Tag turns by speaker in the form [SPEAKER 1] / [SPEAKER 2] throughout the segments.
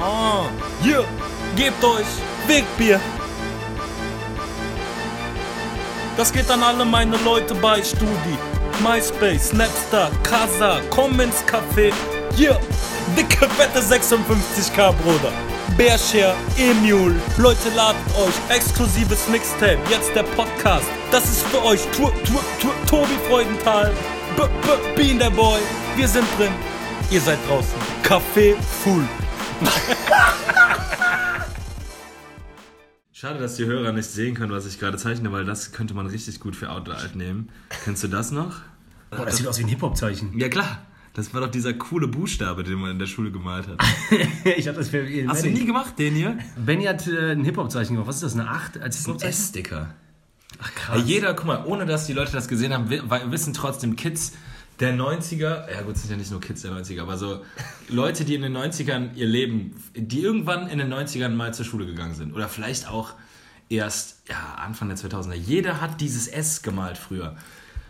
[SPEAKER 1] Ah, hier, gebt euch Wegbier. Das geht an alle meine Leute bei Studi. MySpace, Napster, Casa, komm ins Café. Hier, dicke, fette 56k, Bruder. Bearshare, Emule, Leute ladet euch, exklusives Mixtape, jetzt der Podcast. Das ist für euch tu, tu, tu, Tobi Freudenthal, B, B, Bean der Boy, wir sind drin, ihr seid draußen. Café Full.
[SPEAKER 2] Schade, dass die Hörer nicht sehen können, was ich gerade zeichne, weil das könnte man richtig gut für Outdoor Alt nehmen. Kennst du das noch?
[SPEAKER 3] Boah, das sieht aus wie ein Hip-Hop-Zeichen.
[SPEAKER 2] Ja, klar. Das war doch dieser coole Buchstabe, den man in der Schule gemalt hat.
[SPEAKER 3] ich hab das für
[SPEAKER 2] Hast du nie gemacht, den hier?
[SPEAKER 3] Benny hat äh, ein Hip-Hop-Zeichen gemacht. Was ist das, eine 8 als Hip-Hop-Zeichen?
[SPEAKER 2] S-Sticker.
[SPEAKER 3] Ach,
[SPEAKER 2] Ja,
[SPEAKER 3] krass.
[SPEAKER 2] jeder, guck mal, ohne dass die Leute das gesehen haben, wi- wei- wissen trotzdem Kids der 90er, ja gut, es sind ja nicht nur Kids der 90er, aber so Leute, die in den 90ern ihr Leben, die irgendwann in den 90ern mal zur Schule gegangen sind oder vielleicht auch erst ja, Anfang der 2000er. Jeder hat dieses S gemalt früher.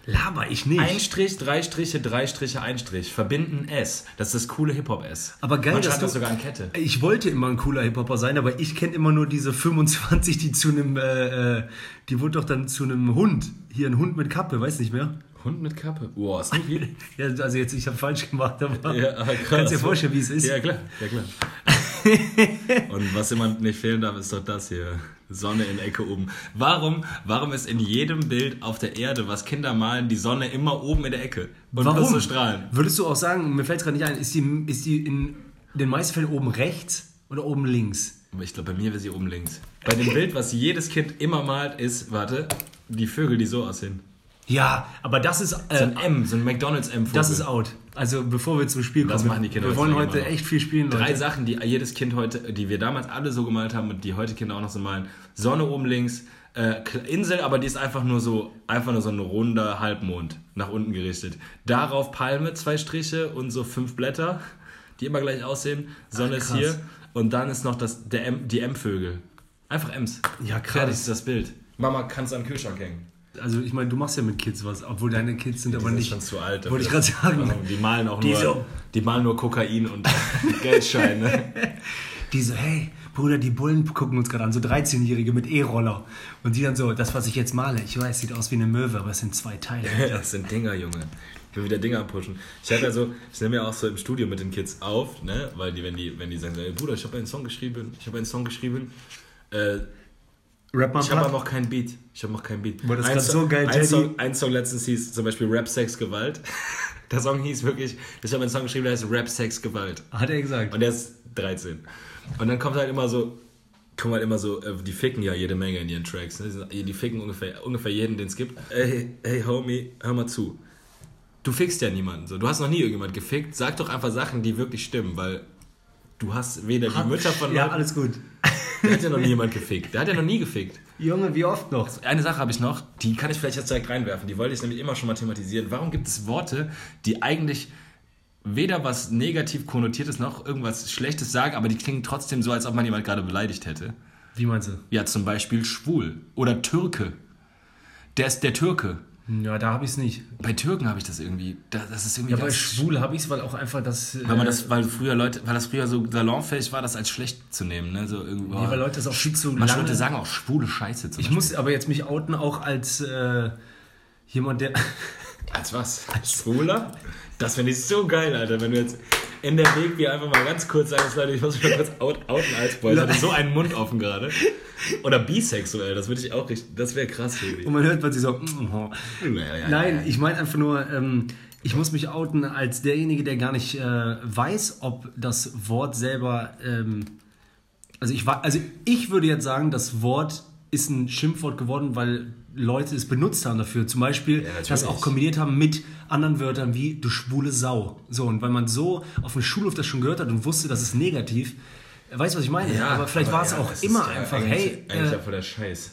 [SPEAKER 3] Laber ich nicht.
[SPEAKER 2] Ein Strich, drei Striche, drei Striche, ein Strich. Verbinden S. Das ist das coole Hip-Hop-S.
[SPEAKER 3] Aber geil,
[SPEAKER 2] Man
[SPEAKER 3] dass
[SPEAKER 2] schreibt
[SPEAKER 3] du-
[SPEAKER 2] das sogar an Kette.
[SPEAKER 3] ich wollte immer ein cooler Hip-Hopper sein, aber ich kenne immer nur diese 25, die zu einem, äh, äh, die wurde doch dann zu einem Hund. Hier ein Hund mit Kappe, weiß nicht mehr.
[SPEAKER 2] Hund mit Kappe. Wow, sneaky.
[SPEAKER 3] Ja, also jetzt, ich habe falsch gemacht, aber
[SPEAKER 2] Ja, krass.
[SPEAKER 3] kannst dir vorstellen, wie es ist.
[SPEAKER 2] ja, klar. Ja, klar. Und was jemand nicht fehlen darf, ist doch das hier. Sonne in Ecke oben. Warum, warum ist in jedem Bild auf der Erde, was Kinder malen, die Sonne immer oben in der Ecke? Und
[SPEAKER 3] Warum?
[SPEAKER 2] bloß so strahlen.
[SPEAKER 3] Würdest du auch sagen, mir fällt es gerade nicht ein, ist die, ist die in den meisten Fällen oben rechts oder oben links?
[SPEAKER 2] Aber Ich glaube, bei mir wäre sie oben links. Bei dem Bild, was jedes Kind immer malt, ist, warte, die Vögel, die so aussehen.
[SPEAKER 3] Ja, aber das ist,
[SPEAKER 2] So
[SPEAKER 3] äh,
[SPEAKER 2] ein M, so ein McDonalds-M-Vogel.
[SPEAKER 3] das ist out. Also bevor wir zum Spiel kommen,
[SPEAKER 2] Das machen die Kinder
[SPEAKER 3] wir wollen
[SPEAKER 2] heutzutage
[SPEAKER 3] heute
[SPEAKER 2] immer noch.
[SPEAKER 3] echt viel spielen,
[SPEAKER 2] Drei
[SPEAKER 3] Leute.
[SPEAKER 2] Sachen, die jedes Kind heute, die wir damals alle so gemalt haben und die heute Kinder auch noch so malen. Sonne oben links, äh, Kle- Insel, aber die ist einfach nur so, einfach nur so ein runder Halbmond nach unten gerichtet. Darauf Palme, zwei Striche und so fünf Blätter, die immer gleich aussehen. Sonne
[SPEAKER 3] Ah,
[SPEAKER 2] ist
[SPEAKER 3] krass.
[SPEAKER 2] hier und dann ist noch das, der M, die M-Vögel. Einfach M's.
[SPEAKER 3] Ja, krass.
[SPEAKER 2] Fertig ist das Bild. Mama, kannst du am Kühlschrank hängen?
[SPEAKER 3] Also ich meine, du machst ja mit Kids was, obwohl deine Kids sind aber
[SPEAKER 2] Die sind
[SPEAKER 3] nicht.
[SPEAKER 2] schon zu alt. dafür.
[SPEAKER 3] Wollte ich gerade sagen.
[SPEAKER 2] Die malen auch
[SPEAKER 3] Genau, Die
[SPEAKER 2] nur,
[SPEAKER 3] so-
[SPEAKER 2] die malen nur Kokain und Geldscheine.
[SPEAKER 3] Die so, hey, Bruder, die Bullen gucken uns gerade an, so 13-Jährige mit E-Roller. Und die dann so, das, was ich jetzt male, ich weiß, sieht aus wie eine Möwe, aber es sind zwei Teile.
[SPEAKER 2] Das sind Dinger, Junge. Ich will wieder Dinger pushen. Ich habe ja so, ich nehme ja auch so im Studio mit den Kids auf, ne? Weil die, wenn die, wenn die sagen, so, ey, Bruder, ich habe einen Song geschrieben, ich habe einen Song geschrieben, äh,
[SPEAKER 3] Rap mal
[SPEAKER 2] ich habe aber noch keinen Beat. Ich habe noch keinen Beat.
[SPEAKER 3] Boah, das ist
[SPEAKER 2] Ein
[SPEAKER 3] grad so geil,
[SPEAKER 2] ein
[SPEAKER 3] Jaddy.
[SPEAKER 2] Song, ein Song letztens hieß zum Beispiel Rap, Sex, Gewalt. Der Song hieß wirklich, ich habe einen Song geschrieben, der heißt Rap, Sex, Gewalt.
[SPEAKER 3] Hat er gesagt.
[SPEAKER 2] Und der ist 13. Und dann kommt halt immer so, kommen halt immer so, äh, die ficken ja jede Menge in ihren Tracks. Ne? Die- Die ficken ungefähr, ungefähr jeden, den es gibt. Ey, hey, Homie, hör mal zu. Du fickst ja niemanden so. Du hast noch nie irgendjemand gefickt. Sag doch einfach Sachen, die wirklich stimmen, weil du hast weder die Mütter von
[SPEAKER 3] ja,
[SPEAKER 2] Leuten,
[SPEAKER 3] alles gut.
[SPEAKER 2] da hat ja noch nie jemand gefickt. Da hat ja noch nie gefickt.
[SPEAKER 3] Junge, wie oft noch?
[SPEAKER 2] Eine Sache habe ich noch, die kann ich vielleicht jetzt direkt reinwerfen. Die wollte ich nämlich immer schon mal thematisieren. Warum gibt es Worte, die eigentlich weder was negativ konnotiertes noch irgendwas Schlechtes sagen, aber die klingen trotzdem so, als ob man jemand gerade beleidigt hätte?
[SPEAKER 3] Wie meinst du?
[SPEAKER 2] Ja, zum Beispiel schwul oder Türke. Der ist der Türke.
[SPEAKER 3] Ja, da habe ich es nicht.
[SPEAKER 2] Bei Türken habe ich das irgendwie. da- Das ist irgendwie
[SPEAKER 3] Ja, bei
[SPEAKER 2] ganz
[SPEAKER 3] Schwul habe ich es, weil auch einfach das. äh,
[SPEAKER 2] weil man das, weil früher Leute, weil das früher so salonfähig war, das als schlecht zu nehmen, ne? So irgendwie.
[SPEAKER 3] nee, weil Leute das auch viel zu
[SPEAKER 2] Manche
[SPEAKER 3] lange.
[SPEAKER 2] Leute sagen auch schwule Scheiße zum
[SPEAKER 3] ich muss aber jetzt mich outen auch als äh, jemand, der.
[SPEAKER 2] Als was? Als Schwuler? Das finde ich so geil, Alter, wenn du jetzt in der Weg wie einfach mal ganz kurz sagst, Leute, ich muss mich mal kurz out, outen als Boy. Ich hatte so einen Mund offen gerade. Oder bisexuell, das würde ich auch richtig, das wäre krass für
[SPEAKER 3] Und man hört plötzlich so. mm, oh. Nein, ich meine einfach nur, ähm, ich muss mich outen als derjenige, der gar nicht äh, weiß, ob das Wort selber. Ähm, also, ich, wa- also ich würde jetzt sagen, das Wort ist ein Schimpfwort geworden, weil Leute es benutzt haben dafür. Zum Beispiel
[SPEAKER 2] natürlich.
[SPEAKER 3] das auch kombiniert haben mit anderen Wörtern wie du schwule Sau. So, und weil man so auf dem Schulhof das schon gehört hat und wusste, das ist negativ. Weißt du, was ich meine? aber vielleicht war es auch immer einfach, hey,
[SPEAKER 2] Eigentlich
[SPEAKER 3] äh,
[SPEAKER 2] ja voll der Scheiß.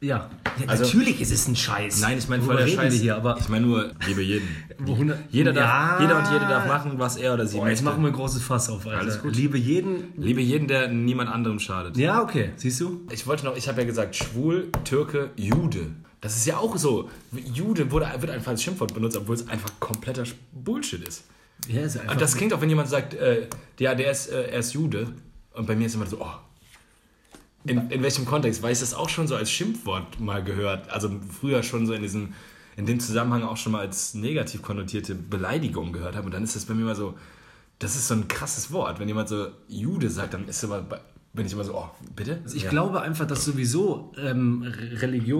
[SPEAKER 3] ja. ja
[SPEAKER 2] Also-
[SPEAKER 3] natürlich ist es ein Scheiß.
[SPEAKER 2] Nein, ich meine voll
[SPEAKER 3] Worüber
[SPEAKER 2] der Scheiß.
[SPEAKER 3] reden wir hier, aber
[SPEAKER 2] ich meine nur, liebe jeden.
[SPEAKER 3] Wo hundert-
[SPEAKER 2] Jeder, darf,
[SPEAKER 3] Ja.
[SPEAKER 2] jeder und jede darf machen, was er oder sie
[SPEAKER 3] Boah, jetzt
[SPEAKER 2] möchte.
[SPEAKER 3] machen wir ein großes Fass auf, Alter.
[SPEAKER 2] Alles gut.
[SPEAKER 3] Liebe jeden.
[SPEAKER 2] Liebe jeden, der niemand anderem schadet.
[SPEAKER 3] Ja, okay. Siehst du?
[SPEAKER 2] Ich wollte noch, ich habe ja gesagt, schwul, Türke, Jude. Das ist ja auch so. Jude wurde, wird einfach als Schimpfwort benutzt, obwohl es einfach kompletter Sch- Bullshit ist.
[SPEAKER 3] Ja, ist einfach.
[SPEAKER 2] Und das klingt auch, wenn jemand sagt, äh, ja, der ist, äh, er ist Jude. Und bei mir ist immer so, oh. In, in welchem Kontext? Weil ich das auch schon so als Schimpfwort mal gehört. Also früher schon so in diesem, in dem Zusammenhang auch schon mal als negativ konnotierte Beleidigung gehört habe. Und dann ist das bei mir immer so, das ist so ein krasses Wort. Wenn jemand so Jude sagt, dann ist immer, bei- bin ich immer so, oh, bitte?
[SPEAKER 3] Ich
[SPEAKER 2] Ja.
[SPEAKER 3] glaube einfach, dass sowieso ähm,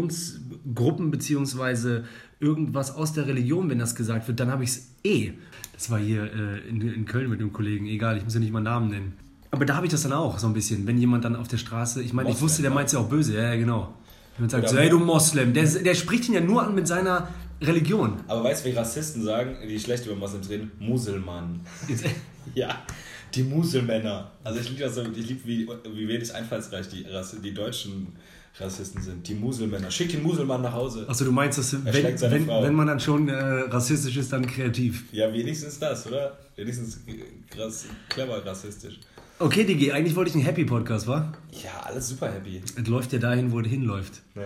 [SPEAKER 3] Religionsgruppen beziehungsweise irgendwas aus der Religion, wenn das gesagt wird, dann habe ich es eh. Das war hier äh, in, in Köln mit einem Kollegen, egal, ich muss ja nicht mal Namen nennen. Aber da habe ich das dann auch so ein bisschen, wenn jemand dann auf der Straße, ich meine, ich
[SPEAKER 2] Moslem, ne?
[SPEAKER 3] wusste, der meint es ja auch böse, ja, ja genau. Jemand sagt,
[SPEAKER 2] Oder-
[SPEAKER 3] so, hey du Moslem, der, der spricht ihn ja nur an mit seiner Religion.
[SPEAKER 2] Aber weißt du, wie Rassisten sagen, die schlecht über Moslems reden? Muselmann.
[SPEAKER 3] Jetzt, äh,
[SPEAKER 2] Ja, die Muselmänner. Also ich liebe das so, ich liebe, wie, wie wenig einfallsreich die, Rasse, die deutschen Rassisten sind. Die Muselmänner. Schick den Muselmann nach Hause.
[SPEAKER 3] Achso, du meinst, dass
[SPEAKER 2] schlägt
[SPEAKER 3] wenn,
[SPEAKER 2] seine
[SPEAKER 3] wenn,
[SPEAKER 2] Frau.
[SPEAKER 3] wenn man dann schon äh, rassistisch ist, dann kreativ.
[SPEAKER 2] Ja, wenigstens das, oder? Wenigstens krass, clever rassistisch.
[SPEAKER 3] Okay, Digi, eigentlich wollte ich einen Happy-Podcast, wa?
[SPEAKER 2] Ja, alles super happy.
[SPEAKER 3] Es läuft ja dahin, wo es hinläuft.
[SPEAKER 2] Ne?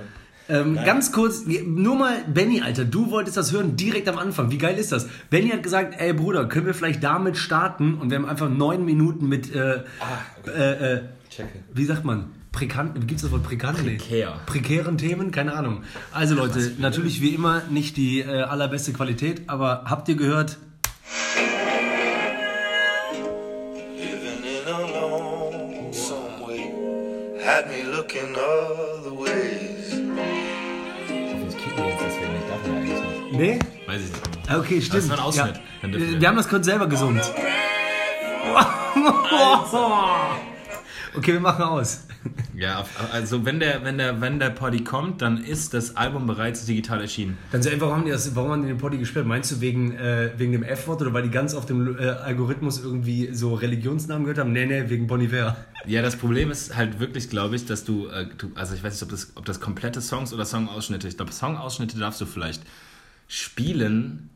[SPEAKER 3] Ähm, ganz kurz, nur mal, Benny, Alter, du wolltest das hören direkt am Anfang. Wie geil ist das? Benny hat gesagt, ey Bruder, können wir vielleicht damit starten? Und wir haben einfach neun Minuten mit, äh,
[SPEAKER 2] Ah,
[SPEAKER 3] äh, äh,
[SPEAKER 2] Checke.
[SPEAKER 3] wie sagt man, prekanten, gibt es das Wort prekant? Nee.
[SPEAKER 2] Prekär.
[SPEAKER 3] Prekären Themen? Keine Ahnung. Also Leute, natürlich wie immer nicht die äh, allerbeste Qualität, aber habt ihr gehört?
[SPEAKER 4] Living in a lonesome way had me looking other ways.
[SPEAKER 2] Ich hoffe, das kicken wir jetzt deswegen nicht. Darf man ja eigentlich nicht.
[SPEAKER 3] Nee?
[SPEAKER 2] Weiß ich nicht.
[SPEAKER 3] Okay, stimmt.
[SPEAKER 2] war ein Ausschnitt.
[SPEAKER 3] Ja.
[SPEAKER 2] Dann dürfen
[SPEAKER 3] Wir
[SPEAKER 2] wir.
[SPEAKER 3] haben das kurz selber gesungen. okay, wir machen aus.
[SPEAKER 2] Ja, auf- also wenn der, wenn der, wenn der Party kommt, dann ist das Album bereits digital erschienen.
[SPEAKER 3] Dann so, ey, warum haben die das, warum haben die den Potti gesperrt? Meinst du wegen, äh, wegen dem F-Wort oder weil die ganz auf dem äh, Algorithmus irgendwie so Religionsnamen gehört haben? Nee, nee, wegen Bon Iver.
[SPEAKER 2] Ja, das Problem ist halt wirklich, glaube ich, dass du, äh, du, also ich weiß nicht, ob das, ob das komplette Songs oder Songausschnitte, ich glaube, Songausschnitte darfst du vielleicht spielen.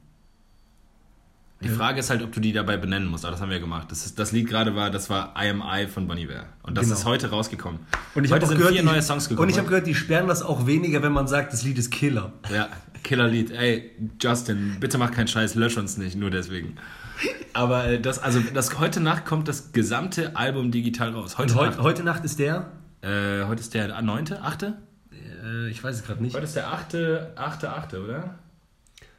[SPEAKER 2] Die Frage ist halt, ob du die dabei benennen musst, aber das haben wir gemacht. Das, ist, das Lied gerade war, das war I Am I von Bon Iver. Und das
[SPEAKER 3] Genau.
[SPEAKER 2] ist heute rausgekommen.
[SPEAKER 3] Und ich
[SPEAKER 2] heute
[SPEAKER 3] hab auch
[SPEAKER 2] sind
[SPEAKER 3] gehört,
[SPEAKER 2] vier
[SPEAKER 3] die-
[SPEAKER 2] neue Songs gekommen.
[SPEAKER 3] Und ich habe gehört, die sperren das auch weniger, wenn man sagt, das Lied ist Killer.
[SPEAKER 2] Ja, Killerlied. Ey, Justin, bitte mach keinen Scheiß, lösch uns nicht, nur deswegen. Aber äh, das, also das heute Nacht kommt das gesamte Album digital raus. Heute,
[SPEAKER 3] Und
[SPEAKER 2] heute,
[SPEAKER 3] heute,
[SPEAKER 2] Nacht,
[SPEAKER 3] heute Nacht ist der,
[SPEAKER 2] äh, heute ist der neunte, achte?
[SPEAKER 3] äh, ich weiß es gerade nicht.
[SPEAKER 2] Heute ist der achte, achte, achte, oder?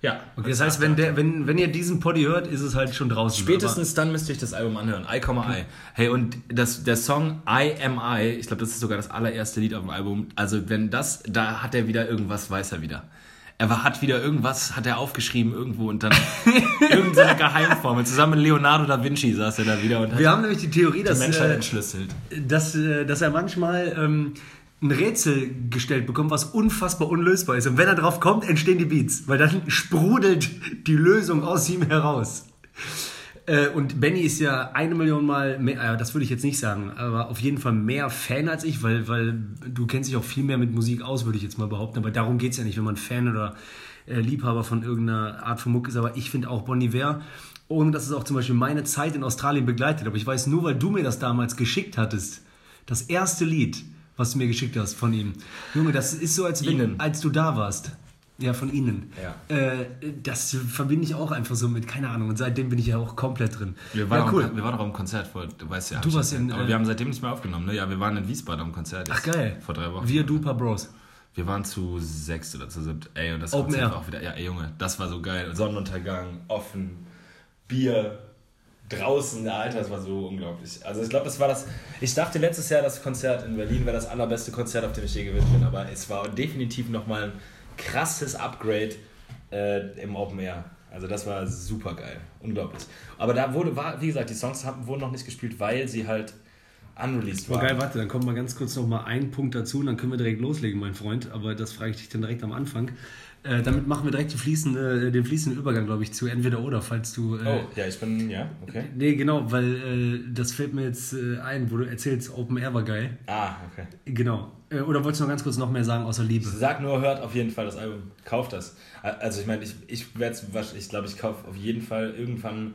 [SPEAKER 2] Ja.
[SPEAKER 3] Okay, das heißt, wenn, der, wenn, wenn ihr diesen Potti hört, ist es halt schon draußen.
[SPEAKER 2] Spätestens dann müsst ihr euch das Album anhören. I, I. Hey, und das, der Song I Am I, ich glaube, das ist sogar das allererste Lied auf dem Album. Also, wenn das, da hat er wieder irgendwas, weiß er wieder. Er war, hat wieder irgendwas, hat er aufgeschrieben irgendwo und dann irgendeine Geheimformel. Zusammen mit Leonardo da Vinci saß er da wieder und
[SPEAKER 3] Aber
[SPEAKER 2] hat
[SPEAKER 3] wir haben nämlich die Theorie,
[SPEAKER 2] die
[SPEAKER 3] dass,
[SPEAKER 2] Menschheit
[SPEAKER 3] äh,
[SPEAKER 2] entschlüsselt.
[SPEAKER 3] dass, äh, dass er manchmal ähm, ein Rätsel gestellt bekommt, was unfassbar unlösbar ist. Und wenn er drauf kommt, entstehen die Beats, weil dann sprudelt die Lösung aus ihm heraus. Äh, Und Benny ist ja eine Million Mal mehr, äh, das würde ich jetzt nicht sagen, aber auf jeden Fall mehr Fan als ich, weil, weil du kennst dich auch viel mehr mit Musik aus, würde ich jetzt mal behaupten. Aber darum geht es ja nicht, wenn man Fan oder äh, Liebhaber von irgendeiner Art von Muck ist. Aber ich finde auch Bon Iver, ohne dass es auch zum Beispiel meine Zeit in Australien begleitet. Aber ich weiß nur, weil du mir das damals geschickt hattest, das erste Lied, was du mir geschickt hast von ihm. Junge, das ist so, als, wenn,
[SPEAKER 2] Ihnen.
[SPEAKER 3] als du da warst. Ja, von ihnen.
[SPEAKER 2] Ja.
[SPEAKER 3] Äh, das verbinde ich auch einfach so mit, keine Ahnung. Und seitdem bin ich ja auch komplett drin.
[SPEAKER 2] Wir waren,
[SPEAKER 3] ja,
[SPEAKER 2] auch, wir waren auch am Konzert vor, du weißt ja.
[SPEAKER 3] Du warst in,
[SPEAKER 2] Aber
[SPEAKER 3] äh,
[SPEAKER 2] wir haben seitdem nicht mehr aufgenommen, ne? Ja, wir waren in Wiesbaden am Konzert.
[SPEAKER 3] Ach
[SPEAKER 2] jetzt.
[SPEAKER 3] geil.
[SPEAKER 2] Vor drei Wochen.
[SPEAKER 3] Wir Duper Bros.
[SPEAKER 2] Wir waren zu sechs oder zu siebt. Ey, und das
[SPEAKER 3] Open
[SPEAKER 2] Konzert
[SPEAKER 3] Air.
[SPEAKER 2] war auch wieder. Ja, ey, Junge, das war so geil. Sonnenuntergang, offen, Bier, draußen, Alter, das war so unglaublich. Also ich glaube, das war das. Ich dachte letztes Jahr, das Konzert in Berlin wäre das allerbeste Konzert, auf dem ich je gewesen bin, aber es war definitiv nochmal ein krasses Upgrade äh, im Open Air. Also das war super geil. Unglaublich. Aber da wurde, war, wie gesagt, die Songs haben, wurden noch nicht gespielt, weil sie halt unreleased
[SPEAKER 3] Boah,
[SPEAKER 2] waren.
[SPEAKER 3] geil, warte, dann kommt mal ganz kurz noch mal ein Punkt dazu und dann können wir direkt loslegen, mein Freund. Aber das frage ich dich dann direkt am Anfang. Äh, damit machen wir direkt die fließende, den fließenden Übergang, glaube ich, zu entweder oder, falls du. Äh,
[SPEAKER 2] Oh, ja, ich bin, ja, okay.
[SPEAKER 3] Nee, genau, weil äh, das fällt mir jetzt äh, ein, wo du erzählst, Open Air war geil.
[SPEAKER 2] Ah, okay.
[SPEAKER 3] Genau. Äh, oder wolltest du noch ganz kurz noch mehr sagen, außer Liebe?
[SPEAKER 2] Sag nur, hört auf jeden Fall das Album. Kauft das. Also ich meine, ich, ich werde ich glaube, ich kaufe auf jeden Fall irgendwann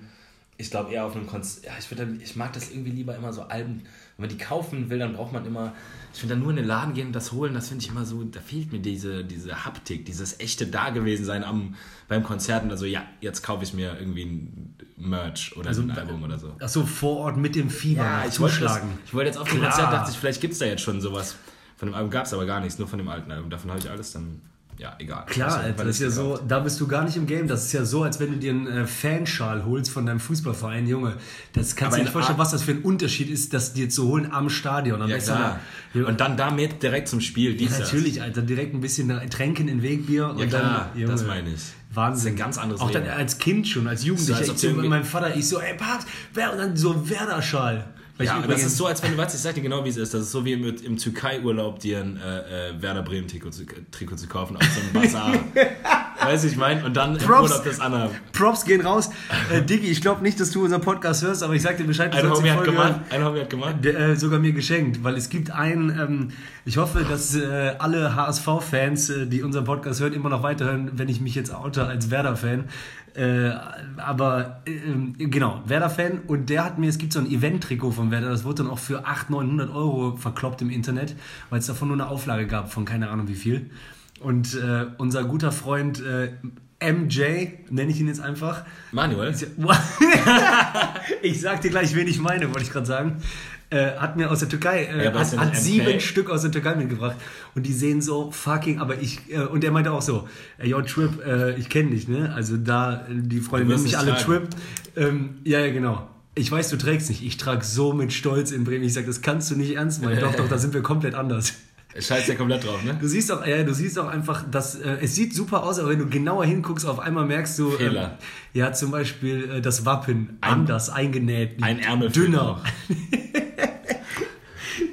[SPEAKER 2] ich glaube eher auf einem Konzert. Ja, ich, würd dann, ich mag das irgendwie lieber immer so Alben. Wenn man die kaufen will, dann braucht man immer. Ich finde dann nur in den Laden gehen und das holen, das finde ich immer so. Da fehlt mir diese, diese Haptik, dieses echte Dagewesensein am, beim Konzert und dann so, ja, jetzt kaufe ich mir irgendwie ein Merch oder
[SPEAKER 3] Also,
[SPEAKER 2] so ein Album oder so.
[SPEAKER 3] Ach so, vor Ort mit dem Fieber
[SPEAKER 2] Ja,
[SPEAKER 3] noch
[SPEAKER 2] ich wollte, das,
[SPEAKER 3] zuschlagen.
[SPEAKER 2] ich wollte jetzt auf dem
[SPEAKER 3] Klar.
[SPEAKER 2] Konzert, dachte ich, vielleicht gibt es da jetzt schon sowas. Von dem Album gab es aber gar nichts, nur von dem alten Album. Davon habe ich alles dann, ja, egal.
[SPEAKER 3] Klar,
[SPEAKER 2] Also,
[SPEAKER 3] Alter, das ist ja
[SPEAKER 2] alles
[SPEAKER 3] so,
[SPEAKER 2] gekauft.
[SPEAKER 3] da bist du gar nicht im Game. Das ist ja so, als wenn du dir einen äh, Fanschal holst von deinem Fußballverein, Junge. Das
[SPEAKER 2] Aber
[SPEAKER 3] kannst du dir
[SPEAKER 2] in
[SPEAKER 3] nicht vorstellen,
[SPEAKER 2] Art-
[SPEAKER 3] was das für ein Unterschied ist, das dir zu holen am Stadion. Am
[SPEAKER 2] Ja,
[SPEAKER 3] besten
[SPEAKER 2] klar.
[SPEAKER 3] da-
[SPEAKER 2] Und dann damit direkt zum Spiel.
[SPEAKER 3] Ja,
[SPEAKER 2] Dienstag.
[SPEAKER 3] Natürlich, Alter, direkt ein bisschen da- tränken in Wegbier und
[SPEAKER 2] Ja, klar,
[SPEAKER 3] dann. Junge,
[SPEAKER 2] das meine ich.
[SPEAKER 3] Wahnsinn.
[SPEAKER 2] Das ist ein ganz anderes
[SPEAKER 3] Auch dann
[SPEAKER 2] Leben.
[SPEAKER 3] als Kind schon, als Jugendlicher.
[SPEAKER 2] So, als ob
[SPEAKER 3] ich zu
[SPEAKER 2] du irgendwie-
[SPEAKER 3] meinem Vater, ich so, ey, Papst, wer und dann so Werder-Schal. Weil
[SPEAKER 2] Ja,
[SPEAKER 3] ich
[SPEAKER 2] aber das
[SPEAKER 3] übrigens-
[SPEAKER 2] ist so, als wenn du weißt, ich sag dir genau, wie es ist. Das ist so wie mit, im Türkei-Urlaub dir ein äh, äh, Werder Bremen-Trikot zu, Trikot zu kaufen auf so einem Bazar. weißt du, ich meine? Und dann im
[SPEAKER 3] Props. Also
[SPEAKER 2] Urlaub das anhaben.
[SPEAKER 3] Props gehen raus. Äh, Diggi, ich glaube nicht, dass du unseren Podcast hörst, aber ich sag dir Bescheid, du
[SPEAKER 2] Ein
[SPEAKER 3] sollst die
[SPEAKER 2] Homie hat
[SPEAKER 3] Folge
[SPEAKER 2] gemacht.
[SPEAKER 3] hören.
[SPEAKER 2] Ein Homie hat gemacht.
[SPEAKER 3] Der, äh, sogar mir geschenkt, weil es gibt einen, ähm, ich hoffe, dass äh, alle HSV-Fans, äh, die unseren Podcast hören, immer noch weiterhören, wenn ich mich jetzt oute als Werder-Fan. Äh, aber äh, ähm, genau, Werder-Fan und der hat mir, es gibt so ein Event-Trikot von Werder, das wurde dann auch für 800, 900 Euro verkloppt im Internet, weil es davon nur eine Auflage gab von keine Ahnung wie viel. Und äh, unser guter Freund äh, MJ, nenne ich ihn jetzt einfach,
[SPEAKER 2] Manuel?
[SPEAKER 3] ich sag dir gleich, wen ich meine, wollte ich gerade sagen. Äh, hat mir aus der Türkei, äh,
[SPEAKER 2] Ja, aber ist
[SPEAKER 3] hat,
[SPEAKER 2] ja
[SPEAKER 3] hat
[SPEAKER 2] nicht
[SPEAKER 3] sieben
[SPEAKER 2] MK.
[SPEAKER 3] Stück aus der Türkei mitgebracht. Und die sehen so fucking, aber ich, äh, und er meinte auch so, ey, yo, Trip, äh, ich kenne dich, ne? Also da, äh, die Freunde
[SPEAKER 2] Du wirst
[SPEAKER 3] nennen mich
[SPEAKER 2] es
[SPEAKER 3] alle Trip.
[SPEAKER 2] tragen.
[SPEAKER 3] Ähm, ja, ja, genau. Ich weiß, du trägst nicht. Ich trage so mit Stolz in Bremen. Ich sag, das kannst du nicht ernst meinen. Doch, doch, da sind wir komplett anders.
[SPEAKER 2] Scheiß ja komplett drauf, ne?
[SPEAKER 3] Du siehst auch, ja, du siehst auch einfach, dass äh, es sieht super aus, aber wenn du genauer hinguckst, auf einmal merkst du, ähm,
[SPEAKER 2] Fehler.
[SPEAKER 3] ja, zum Beispiel äh, das Wappen anders eingenäht,
[SPEAKER 2] Ein Ärmel fehlt
[SPEAKER 3] dünner.
[SPEAKER 2] noch.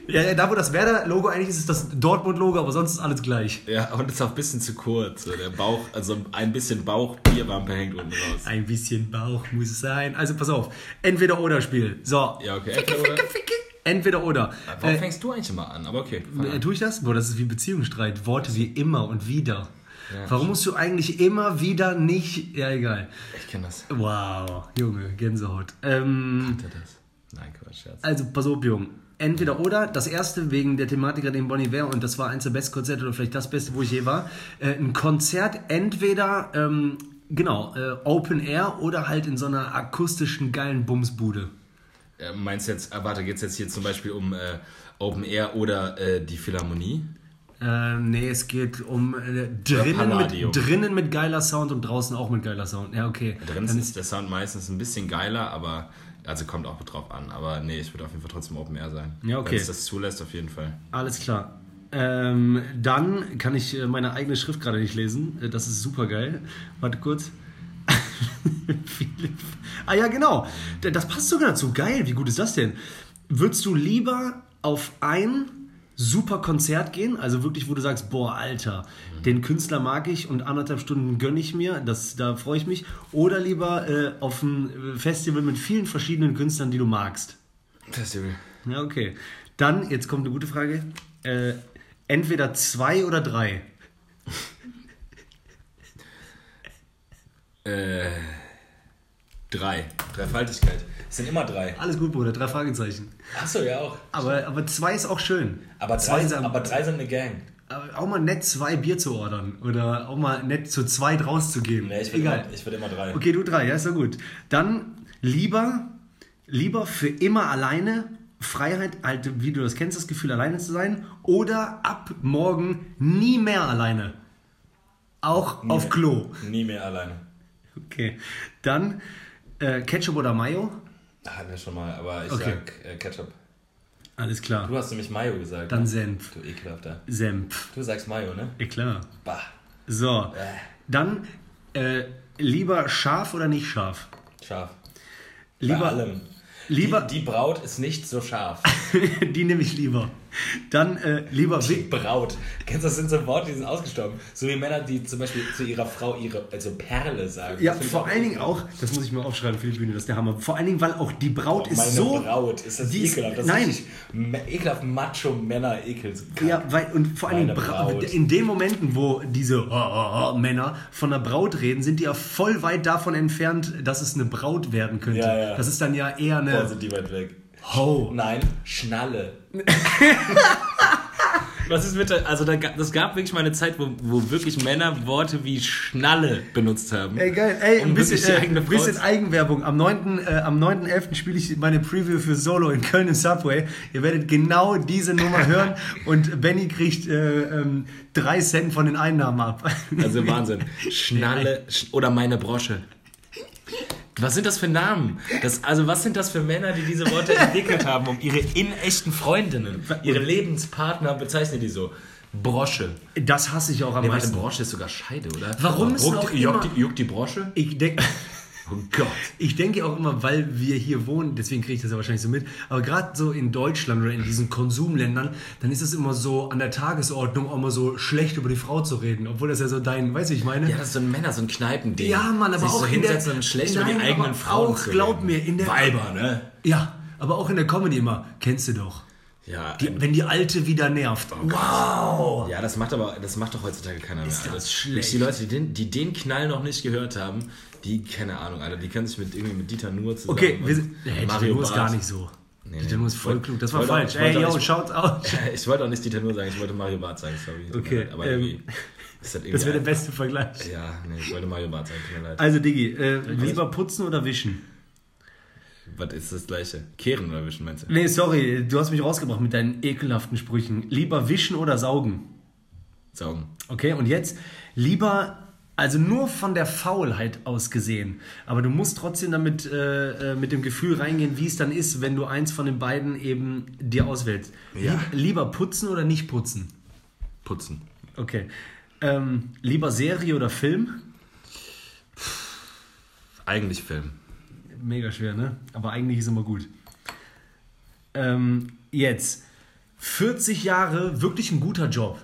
[SPEAKER 3] ja, ja, da wo das Werder-Logo eigentlich ist, ist das Dortmund-Logo, aber sonst ist alles gleich.
[SPEAKER 2] Ja, und ist auch ein bisschen zu kurz. So, der Bauch, also ein bisschen Bauch, Bierwampe hängt unten raus.
[SPEAKER 3] Ein bisschen Bauch muss es sein. Also pass auf, entweder oder Spiel. So,
[SPEAKER 2] Ja, okay. Entweder
[SPEAKER 3] Ficke, ficke,
[SPEAKER 2] oder.
[SPEAKER 3] ficke. entweder oder.
[SPEAKER 2] Warum
[SPEAKER 3] Äh,
[SPEAKER 2] fängst du eigentlich immer an? Aber okay. fang
[SPEAKER 3] äh,
[SPEAKER 2] an.
[SPEAKER 3] tue ich das? Boah, das ist wie Beziehungsstreit. Worte wie immer und wieder. Warum musst du eigentlich immer wieder nicht? Ja, egal.
[SPEAKER 2] Ich kenne das.
[SPEAKER 3] Wow, Junge, Gänsehaut. Ähm,
[SPEAKER 2] Hat er das? Nein, Quatsch, Scherz.
[SPEAKER 3] also, pass auf, Junge. Entweder oder, das erste wegen der Thematik an dem Bonnie Ware und das war eins der besten Konzerte oder vielleicht das beste, wo ich je war. Äh, ein Konzert entweder, ähm, genau, äh, Open Air oder halt in so einer akustischen geilen Bumsbude.
[SPEAKER 2] Äh, Meinst du jetzt, ah, warte, geht's jetzt hier zum Beispiel um äh, Open Air oder äh, die Philharmonie?
[SPEAKER 3] Äh, nee, es geht um äh, drinnen,
[SPEAKER 2] Palladium.
[SPEAKER 3] mit, drinnen mit geiler Sound und draußen auch mit geiler Sound. Ja, okay.
[SPEAKER 2] Drinnen ist der Sound meistens ein bisschen geiler, aber also kommt auch drauf an. Aber nee, ich würde auf jeden Fall trotzdem Open Air sein.
[SPEAKER 3] Ja, okay.
[SPEAKER 2] Wenn es das zulässt, auf jeden Fall.
[SPEAKER 3] Alles klar. Ähm, dann kann ich äh, meine eigene Schrift gerade nicht lesen. Äh, Das ist super geil. Warte kurz. Philipp. ah ja, genau. D- Das passt sogar dazu. Geil, wie gut ist das denn? Würdest du lieber auf ein super Konzert gehen? Also wirklich, wo du sagst, boah, Alter, den Künstler mag ich und anderthalb Stunden gönne ich mir, das, da freue ich mich. Oder lieber äh, auf ein Festival mit vielen verschiedenen Künstlern, die du magst?
[SPEAKER 2] Festival.
[SPEAKER 3] Ja, okay. Dann, jetzt kommt eine gute Frage. Äh, entweder zwei oder drei.
[SPEAKER 2] Äh, drei. Dreifaltigkeit. Es sind immer drei.
[SPEAKER 3] Alles gut, Bruder, drei Fragezeichen.
[SPEAKER 2] Achso, ja auch.
[SPEAKER 3] Aber, aber zwei ist auch schön.
[SPEAKER 2] Aber
[SPEAKER 3] zwei
[SPEAKER 2] drei,
[SPEAKER 3] sind-
[SPEAKER 2] aber drei sind eine Gang.
[SPEAKER 3] aber auch mal nett zwei Bier zu ordern. Oder auch mal nett zu zweit rauszugeben.
[SPEAKER 2] Nee, ich würde
[SPEAKER 3] Egal.
[SPEAKER 2] immer, ich würd immer drei.
[SPEAKER 3] Okay, du drei, ja, ist doch gut. Dann lieber, lieber für immer alleine. Freiheit, halt, wie du das kennst, das Gefühl, alleine zu sein. Oder ab morgen nie mehr alleine. Auch auf
[SPEAKER 2] mehr.
[SPEAKER 3] Klo.
[SPEAKER 2] Nie mehr alleine.
[SPEAKER 3] Okay, dann äh, Ketchup oder Mayo?
[SPEAKER 2] Hatten wir schon mal, aber ich
[SPEAKER 3] Okay.
[SPEAKER 2] sag äh, Ketchup.
[SPEAKER 3] Alles klar.
[SPEAKER 2] Du hast nämlich Mayo gesagt.
[SPEAKER 3] Dann
[SPEAKER 2] ne?
[SPEAKER 3] Senf.
[SPEAKER 2] Du ekelhafter.
[SPEAKER 3] Senf.
[SPEAKER 2] Du sagst Mayo, ne?
[SPEAKER 3] Ja, klar.
[SPEAKER 2] Bah.
[SPEAKER 3] So,
[SPEAKER 2] Äh.
[SPEAKER 3] dann äh, lieber scharf oder nicht scharf?
[SPEAKER 2] Scharf. Bei
[SPEAKER 3] Lieber,
[SPEAKER 2] allem.
[SPEAKER 3] lieber
[SPEAKER 2] die, die Braut ist nicht so scharf.
[SPEAKER 3] die, nehme ich lieber. Dann äh, lieber
[SPEAKER 2] Die Braut. Kennst du, das sind so Worte, die sind ausgestorben. So wie Männer, die zum Beispiel zu ihrer Frau ihre also Perle sagen.
[SPEAKER 3] Ja,
[SPEAKER 2] Das find ich
[SPEAKER 3] vor
[SPEAKER 2] auch-
[SPEAKER 3] allen Dingen auch, das muss ich mir aufschreiben für die Bühne, das ist der Hammer. Vor allen Dingen, weil auch die Braut
[SPEAKER 2] Meine
[SPEAKER 3] ist so.
[SPEAKER 2] Braut, ist das
[SPEAKER 3] die ist-
[SPEAKER 2] ekelhaft. Das
[SPEAKER 3] nein.
[SPEAKER 2] Ist richtig me- ekelhaft Macho-Männer-Ekel.
[SPEAKER 3] Ja, weil, und vor allen Dingen,
[SPEAKER 2] Meine
[SPEAKER 3] Bra-
[SPEAKER 2] Braut.
[SPEAKER 3] in den Momenten, wo diese Männer von der Braut reden, sind die ja voll weit davon entfernt, dass es eine Braut werden könnte.
[SPEAKER 2] Ja, ja.
[SPEAKER 3] Das ist dann ja eher eine
[SPEAKER 2] Boah, sind die weit weg.
[SPEAKER 3] Ho.
[SPEAKER 2] Nein, Schnalle. Was ist mit der, also da, ga- das gab wirklich mal eine Zeit, wo, wo wirklich Männer Worte wie Schnalle benutzt haben.
[SPEAKER 3] Ey, geil. Ey, ein
[SPEAKER 2] Um
[SPEAKER 3] bisschen,
[SPEAKER 2] wirklich die
[SPEAKER 3] äh,
[SPEAKER 2] eigene
[SPEAKER 3] ein bisschen
[SPEAKER 2] Frau-
[SPEAKER 3] Eigenwerbung. Am 9.11. Äh, am 9.11. spiele ich meine Preview für Solo in Köln im Subway. Ihr werdet genau diese Nummer hören und Benny kriegt äh, ähm, drei Cent von den Einnahmen ab.
[SPEAKER 2] Also Wahnsinn. Schnalle sch oder meine Brosche. Was sind das für Namen? Das, also was sind das für Männer, die diese Worte entwickelt haben, um ihre inechten Freundinnen, ihre Lebenspartner bezeichnen die so? Brosche.
[SPEAKER 3] Das hasse ich auch am
[SPEAKER 2] Nee, warte,
[SPEAKER 3] meisten.
[SPEAKER 2] Brosche ist sogar Scheide, oder?
[SPEAKER 3] Warum ist
[SPEAKER 2] juckt,
[SPEAKER 3] auch
[SPEAKER 2] juckt,
[SPEAKER 3] immer-
[SPEAKER 2] die- juckt die Brosche?
[SPEAKER 3] Ich denke.
[SPEAKER 2] Oh Gott.
[SPEAKER 3] Ich denke auch immer, weil wir hier wohnen, deswegen kriege ich das ja wahrscheinlich so mit, aber gerade so in Deutschland oder in diesen Konsumländern, dann ist es immer so an der Tagesordnung, auch mal so schlecht über die Frau zu reden, obwohl das ja so dein, weißt du, ich meine?
[SPEAKER 2] Ja, das ist so ein Männer, so ein Kneipending.
[SPEAKER 3] Ja, Mann, aber
[SPEAKER 2] Sich
[SPEAKER 3] auch
[SPEAKER 2] so
[SPEAKER 3] in
[SPEAKER 2] hinsetzen
[SPEAKER 3] der-
[SPEAKER 2] und schlecht über
[SPEAKER 3] Nein,
[SPEAKER 2] die eigenen
[SPEAKER 3] aber
[SPEAKER 2] Frauen
[SPEAKER 3] auch,
[SPEAKER 2] zu
[SPEAKER 3] glaub
[SPEAKER 2] reden.
[SPEAKER 3] mir, in der-
[SPEAKER 2] Weiber, ne?
[SPEAKER 3] Ja, aber auch in der Comedy immer, kennst du doch.
[SPEAKER 2] Ja, ähm,
[SPEAKER 3] Die, wenn die Alte wieder nervt. wow!
[SPEAKER 2] Ja, das macht aber, das macht doch heutzutage keiner mehr.
[SPEAKER 3] Ist das
[SPEAKER 2] Alter.
[SPEAKER 3] schlecht.
[SPEAKER 2] Wirklich Die Leute, die den, die den Knall noch nicht gehört haben, die, keine Ahnung, Alter, die können sich mit irgendwie mit Dieter Nuhr zusammen.
[SPEAKER 3] Okay, wir
[SPEAKER 2] und
[SPEAKER 3] sind.
[SPEAKER 2] Mario
[SPEAKER 3] Hey, Mario ist
[SPEAKER 2] Barth.
[SPEAKER 3] gar nicht so.
[SPEAKER 2] Nee,
[SPEAKER 3] Dieter
[SPEAKER 2] nee.
[SPEAKER 3] Nuhr ist voll
[SPEAKER 2] Wollt-
[SPEAKER 3] klug, das war
[SPEAKER 2] wollt auch-
[SPEAKER 3] falsch.
[SPEAKER 2] wollt
[SPEAKER 3] Ey,
[SPEAKER 2] auch
[SPEAKER 3] yo,
[SPEAKER 2] nicht-
[SPEAKER 3] shout out.
[SPEAKER 2] Ich wollte auch nicht Dieter Nuhr sagen, ich wollte Mario Barth sagen, sorry. Tut mir
[SPEAKER 3] Okay,
[SPEAKER 2] leid, aber
[SPEAKER 3] ähm,
[SPEAKER 2] irgendwie ist das irgendwie.
[SPEAKER 3] Das wäre der beste Vergleich.
[SPEAKER 2] Ja, nee, ich wollte Mario Barth sagen, tut mir leid.
[SPEAKER 3] Also, Diggi, äh, lieber putzen oder wischen?
[SPEAKER 2] Was ist das gleiche? Kehren oder wischen, meinst du?
[SPEAKER 3] Nee, sorry, du hast mich rausgebracht mit deinen ekelhaften Sprüchen. Lieber wischen oder saugen.
[SPEAKER 2] Saugen.
[SPEAKER 3] Okay, und jetzt lieber, also nur von der Faulheit aus gesehen. Aber du musst trotzdem damit äh, äh, mit dem Gefühl reingehen, wie es dann ist, wenn du eins von den beiden eben dir auswählst.
[SPEAKER 2] Ja.
[SPEAKER 3] Lie- Lieber putzen oder nicht putzen?
[SPEAKER 2] Putzen.
[SPEAKER 3] Okay. Ähm, lieber Serie oder Film?
[SPEAKER 2] Eigentlich Film.
[SPEAKER 3] Mega schwer, ne? Aber eigentlich ist immer gut. Ähm, jetzt. 40 Jahre, wirklich ein guter Job.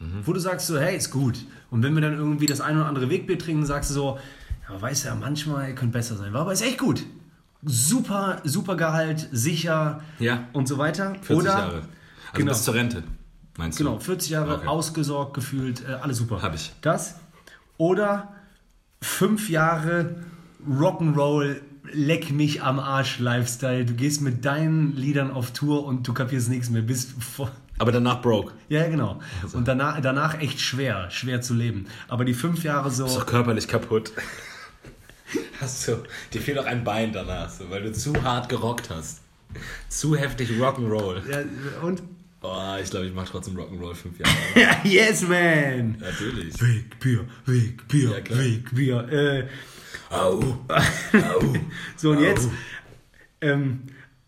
[SPEAKER 2] Mhm.
[SPEAKER 3] Wo du sagst so, hey, ist gut. Und wenn wir dann irgendwie das ein oder andere Wegbier trinken, sagst du so, ja, weißt ja, manchmal könnte besser sein. War aber ist echt gut. Super, super Gehalt, sicher
[SPEAKER 2] Ja.
[SPEAKER 3] und so weiter.
[SPEAKER 2] 40
[SPEAKER 3] oder,
[SPEAKER 2] Jahre. Also
[SPEAKER 3] genau.
[SPEAKER 2] bis zur Rente, meinst
[SPEAKER 3] Genau,
[SPEAKER 2] du?
[SPEAKER 3] 40 Jahre
[SPEAKER 2] Okay.
[SPEAKER 3] ausgesorgt gefühlt, äh, alles super.
[SPEAKER 2] Hab ich.
[SPEAKER 3] Das. Oder fünf Jahre Rock'n'Roll, leck mich am Arsch Lifestyle. Du gehst mit deinen Liedern auf Tour und du kapierst nichts mehr. Bist voll.
[SPEAKER 2] Aber danach broke.
[SPEAKER 3] Ja, genau.
[SPEAKER 2] Also.
[SPEAKER 3] Und danach, danach echt schwer, schwer zu leben. Aber die fünf Jahre so.
[SPEAKER 2] Ist doch körperlich kaputt. Hast du, dir fehlt auch ein Bein danach, so, weil du zu hart gerockt hast. Zu heftig Rock'n'Roll.
[SPEAKER 3] Ja, und.
[SPEAKER 2] Boah, ich glaube, ich mache trotzdem Rock'n'Roll fünf Jahre.
[SPEAKER 3] yes, man!
[SPEAKER 2] Natürlich.
[SPEAKER 3] Big Bier, Big Bier,
[SPEAKER 2] Ja, klar.
[SPEAKER 3] Big Bier. Äh,
[SPEAKER 2] Au. Au.
[SPEAKER 3] So, und
[SPEAKER 2] Au.
[SPEAKER 3] jetzt ähm,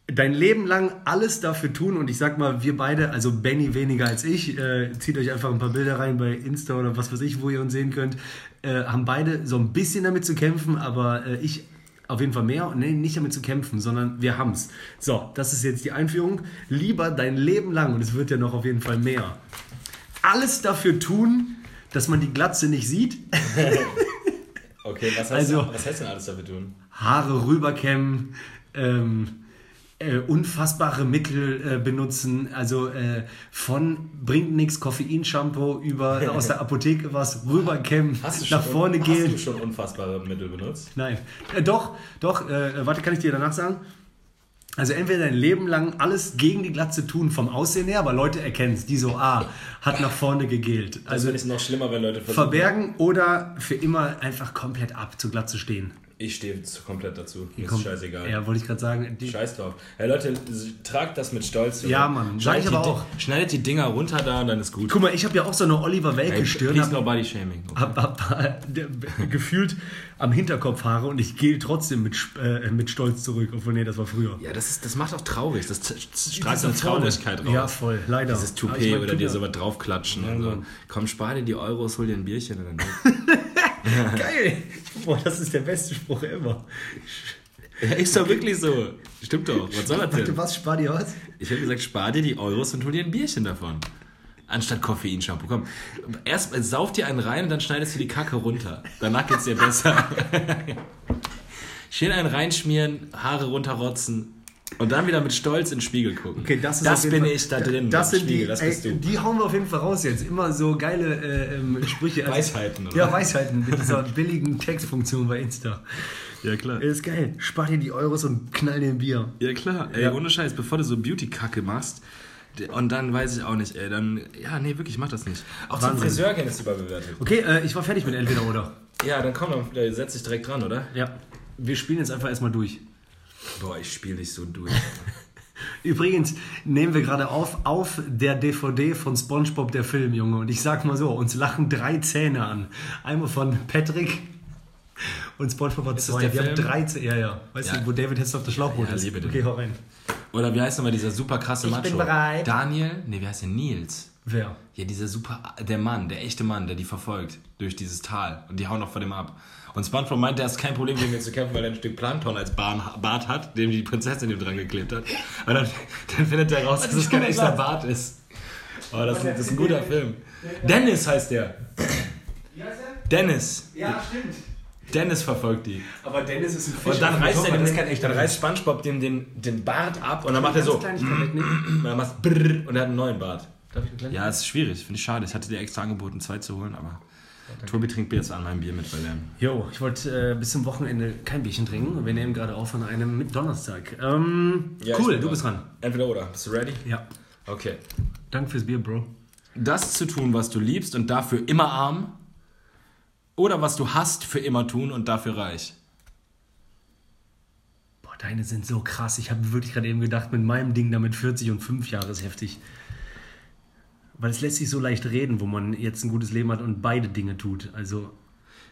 [SPEAKER 3] dein Leben lang alles dafür tun und ich sag mal, wir beide, also Benny weniger als ich, äh, zieht euch einfach ein paar Bilder rein bei Insta oder was weiß ich, wo ihr uns sehen könnt, äh, haben beide so ein bisschen damit zu kämpfen, aber äh, ich auf jeden Fall mehr und nee, nicht damit zu kämpfen, sondern wir haben's. So, das ist jetzt die Einführung. Lieber dein Leben lang, und es wird ja noch auf jeden Fall mehr, alles dafür tun, dass man die Glatze nicht sieht,
[SPEAKER 2] Okay, was heißt,
[SPEAKER 3] Also-
[SPEAKER 2] was heißt denn alles dafür tun?
[SPEAKER 3] Haare rüberkämmen, ähm, äh, unfassbare Mittel äh, benutzen, also äh, von bringt nichts Koffeinshampoo über aus der Apotheke was rüberkämmen, nach vorne
[SPEAKER 2] hast
[SPEAKER 3] gehen.
[SPEAKER 2] du schon unfassbare Mittel benutzt?
[SPEAKER 3] Nein, äh, doch, doch, äh, warte, kann ich dir danach sagen? Also entweder dein Leben lang alles gegen die Glatze tun vom Aussehen her, aber Leute erkennen es, die so, ah, hat nach vorne gegelt.
[SPEAKER 2] Also
[SPEAKER 3] Also
[SPEAKER 2] finde ich noch schlimmer, wenn Leute versuchen.
[SPEAKER 3] verbergen oder für immer einfach komplett ab, zu glatt zu stehen.
[SPEAKER 2] ich stehe komplett dazu. Mir
[SPEAKER 3] Komm,
[SPEAKER 2] ist scheißegal.
[SPEAKER 3] Ja, wollte ich gerade sagen. Die,
[SPEAKER 2] Scheiß drauf. Hey Leute, tragt das mit Stolz. Junge.
[SPEAKER 3] Ja, Mann. Sag ich
[SPEAKER 2] Schneidet
[SPEAKER 3] aber
[SPEAKER 2] die-
[SPEAKER 3] auch.
[SPEAKER 2] Schneidet die Dinger runter da und dann ist gut.
[SPEAKER 3] Guck mal, ich habe ja auch so eine Oliver Welke
[SPEAKER 2] Hey,
[SPEAKER 3] Stirn, Ah.
[SPEAKER 2] please
[SPEAKER 3] hab,
[SPEAKER 2] no body shaming.
[SPEAKER 3] hab, hab, der- gefühlt am Hinterkopf Haare und ich gehe trotzdem mit, Sp- äh, mit Stolz zurück, obwohl nee, das war früher.
[SPEAKER 2] Ja, das, ist, das macht auch traurig. Das z- z- strahlt
[SPEAKER 3] Diese
[SPEAKER 2] eine Traurigkeit raus.
[SPEAKER 3] Vorne. Ja, voll, leider.
[SPEAKER 2] Dieses Toupet
[SPEAKER 3] Aber ich mein,
[SPEAKER 2] oder
[SPEAKER 3] tut
[SPEAKER 2] dir
[SPEAKER 3] mir-
[SPEAKER 2] sowas draufklatschen. und so. Komm, spar dir die Euros, hol dir ein Bierchen. Und dann
[SPEAKER 3] Geil! Boah, das ist der beste Spruch ever.
[SPEAKER 2] Ja, ist doch wirklich so. Stimmt doch. Was soll das
[SPEAKER 3] Warte,
[SPEAKER 2] denn?
[SPEAKER 3] was? Spar dir was?
[SPEAKER 2] Ich hätte gesagt, spar dir die Euros und hol dir ein Bierchen davon. Anstatt Koffeinshampoo. Komm, erst mal sauf dir einen rein und dann schneidest du die Kacke runter. Danach geht's dir besser. Schön einen reinschmieren, Haare runterrotzen und dann wieder mit Stolz in den Spiegel gucken.
[SPEAKER 3] Okay, das ist auf jeden
[SPEAKER 2] bin
[SPEAKER 3] Fall-
[SPEAKER 2] ich da drin.
[SPEAKER 3] Das
[SPEAKER 2] im
[SPEAKER 3] sind
[SPEAKER 2] Spiegel,
[SPEAKER 3] die,
[SPEAKER 2] das
[SPEAKER 3] ey,
[SPEAKER 2] bist du.
[SPEAKER 3] die hauen wir auf jeden Fall raus jetzt. Immer so geile äh, ähm, Sprüche. Also-
[SPEAKER 2] Weisheiten, oder?
[SPEAKER 3] Ja, Weisheiten mit dieser billigen Textfunktion bei Insta.
[SPEAKER 2] Ja, klar.
[SPEAKER 3] Ist geil. Spar dir die Euros und knall dir ein Bier.
[SPEAKER 2] Ja, klar. Ey, ohne Scheiß, bevor du so Beauty-Kacke machst, d- und dann weiß ich auch nicht, ey, dann, ja, nee, wirklich, mach das nicht. Auch
[SPEAKER 3] Wahnsinn.
[SPEAKER 2] gehen ist überbewertet.
[SPEAKER 3] Okay, äh, ich war fertig mit entweder oder.
[SPEAKER 2] Ja, dann komm, dann äh, setz dich direkt dran, oder?
[SPEAKER 3] Ja. Wir spielen jetzt einfach erstmal durch.
[SPEAKER 2] Boah, ich spiel dich so durch.
[SPEAKER 3] Übrigens nehmen wir gerade auf, auf der DVD von Spongebob der Film, Junge. Und ich sag mal so, uns lachen drei Zähne an. Einmal von Patrick und Spongebob hat zwei.
[SPEAKER 2] der
[SPEAKER 3] Wir haben
[SPEAKER 2] Film?
[SPEAKER 3] drei Zähne. Ja, ja. Weißt
[SPEAKER 2] Ja.
[SPEAKER 3] du, wo David Hess auf der Schlauchboot
[SPEAKER 2] Ja,
[SPEAKER 3] ist?
[SPEAKER 2] liebe den.
[SPEAKER 3] Okay, hau rein.
[SPEAKER 2] oder wie heißt nochmal dieser super krasse Macho?
[SPEAKER 3] bin bereit.
[SPEAKER 2] Daniel, nee, wie heißt der? Nils.
[SPEAKER 3] Wer?
[SPEAKER 2] Ja, dieser super, der Mann, der echte Mann, der die verfolgt durch dieses Tal. Und die hauen noch von dem ab. Und SpongeBob meint, er ist kein Problem, gegen ihn zu kämpfen, weil er ein Stück Plankton als Bahn, Bart hat, dem die Prinzessin ihm dran geklebt hat. Und dann, dann findet er raus, dass es kein echter Bart ist. Oh, das, ist- das ist ein guter Film. Dennis heißt der. Dennis.
[SPEAKER 3] Ja, stimmt.
[SPEAKER 2] Dennis verfolgt die.
[SPEAKER 3] Aber Dennis ist ein Fisch.
[SPEAKER 2] Und dann reißt, er,
[SPEAKER 3] das
[SPEAKER 2] den, dann reißt SpongeBob dem den, den Bart ab und dann macht er
[SPEAKER 3] Also,
[SPEAKER 2] so.
[SPEAKER 3] mhm.
[SPEAKER 2] Und dann machst brrr, und er hat einen neuen Bart. Ja, es ist schwierig, finde ich schade. Ich hatte dir extra angeboten, zwei zu holen, aber Tobi trinkt mir jetzt an meinem Bier mit, weil er.
[SPEAKER 3] Jo, ich wollte äh, bis zum Wochenende kein Bierchen trinken. Wir nehmen gerade auf an einem mit Donnerstag. Ähm, cool, du bist dran.
[SPEAKER 2] Entweder oder. Bist du ready?
[SPEAKER 3] Ja.
[SPEAKER 2] Okay.
[SPEAKER 3] Danke fürs Bier, Bro.
[SPEAKER 2] Das zu tun, was du liebst und dafür immer arm. Oder was du hast, für immer tun und dafür reich.
[SPEAKER 3] Boah, deine sind so krass. Ich habe wirklich gerade eben gedacht, mit meinem Ding damit 40 und 5 Jahre ist heftig. Weil es lässt sich so leicht reden, wo man jetzt ein gutes Leben hat und beide Dinge tut. Also,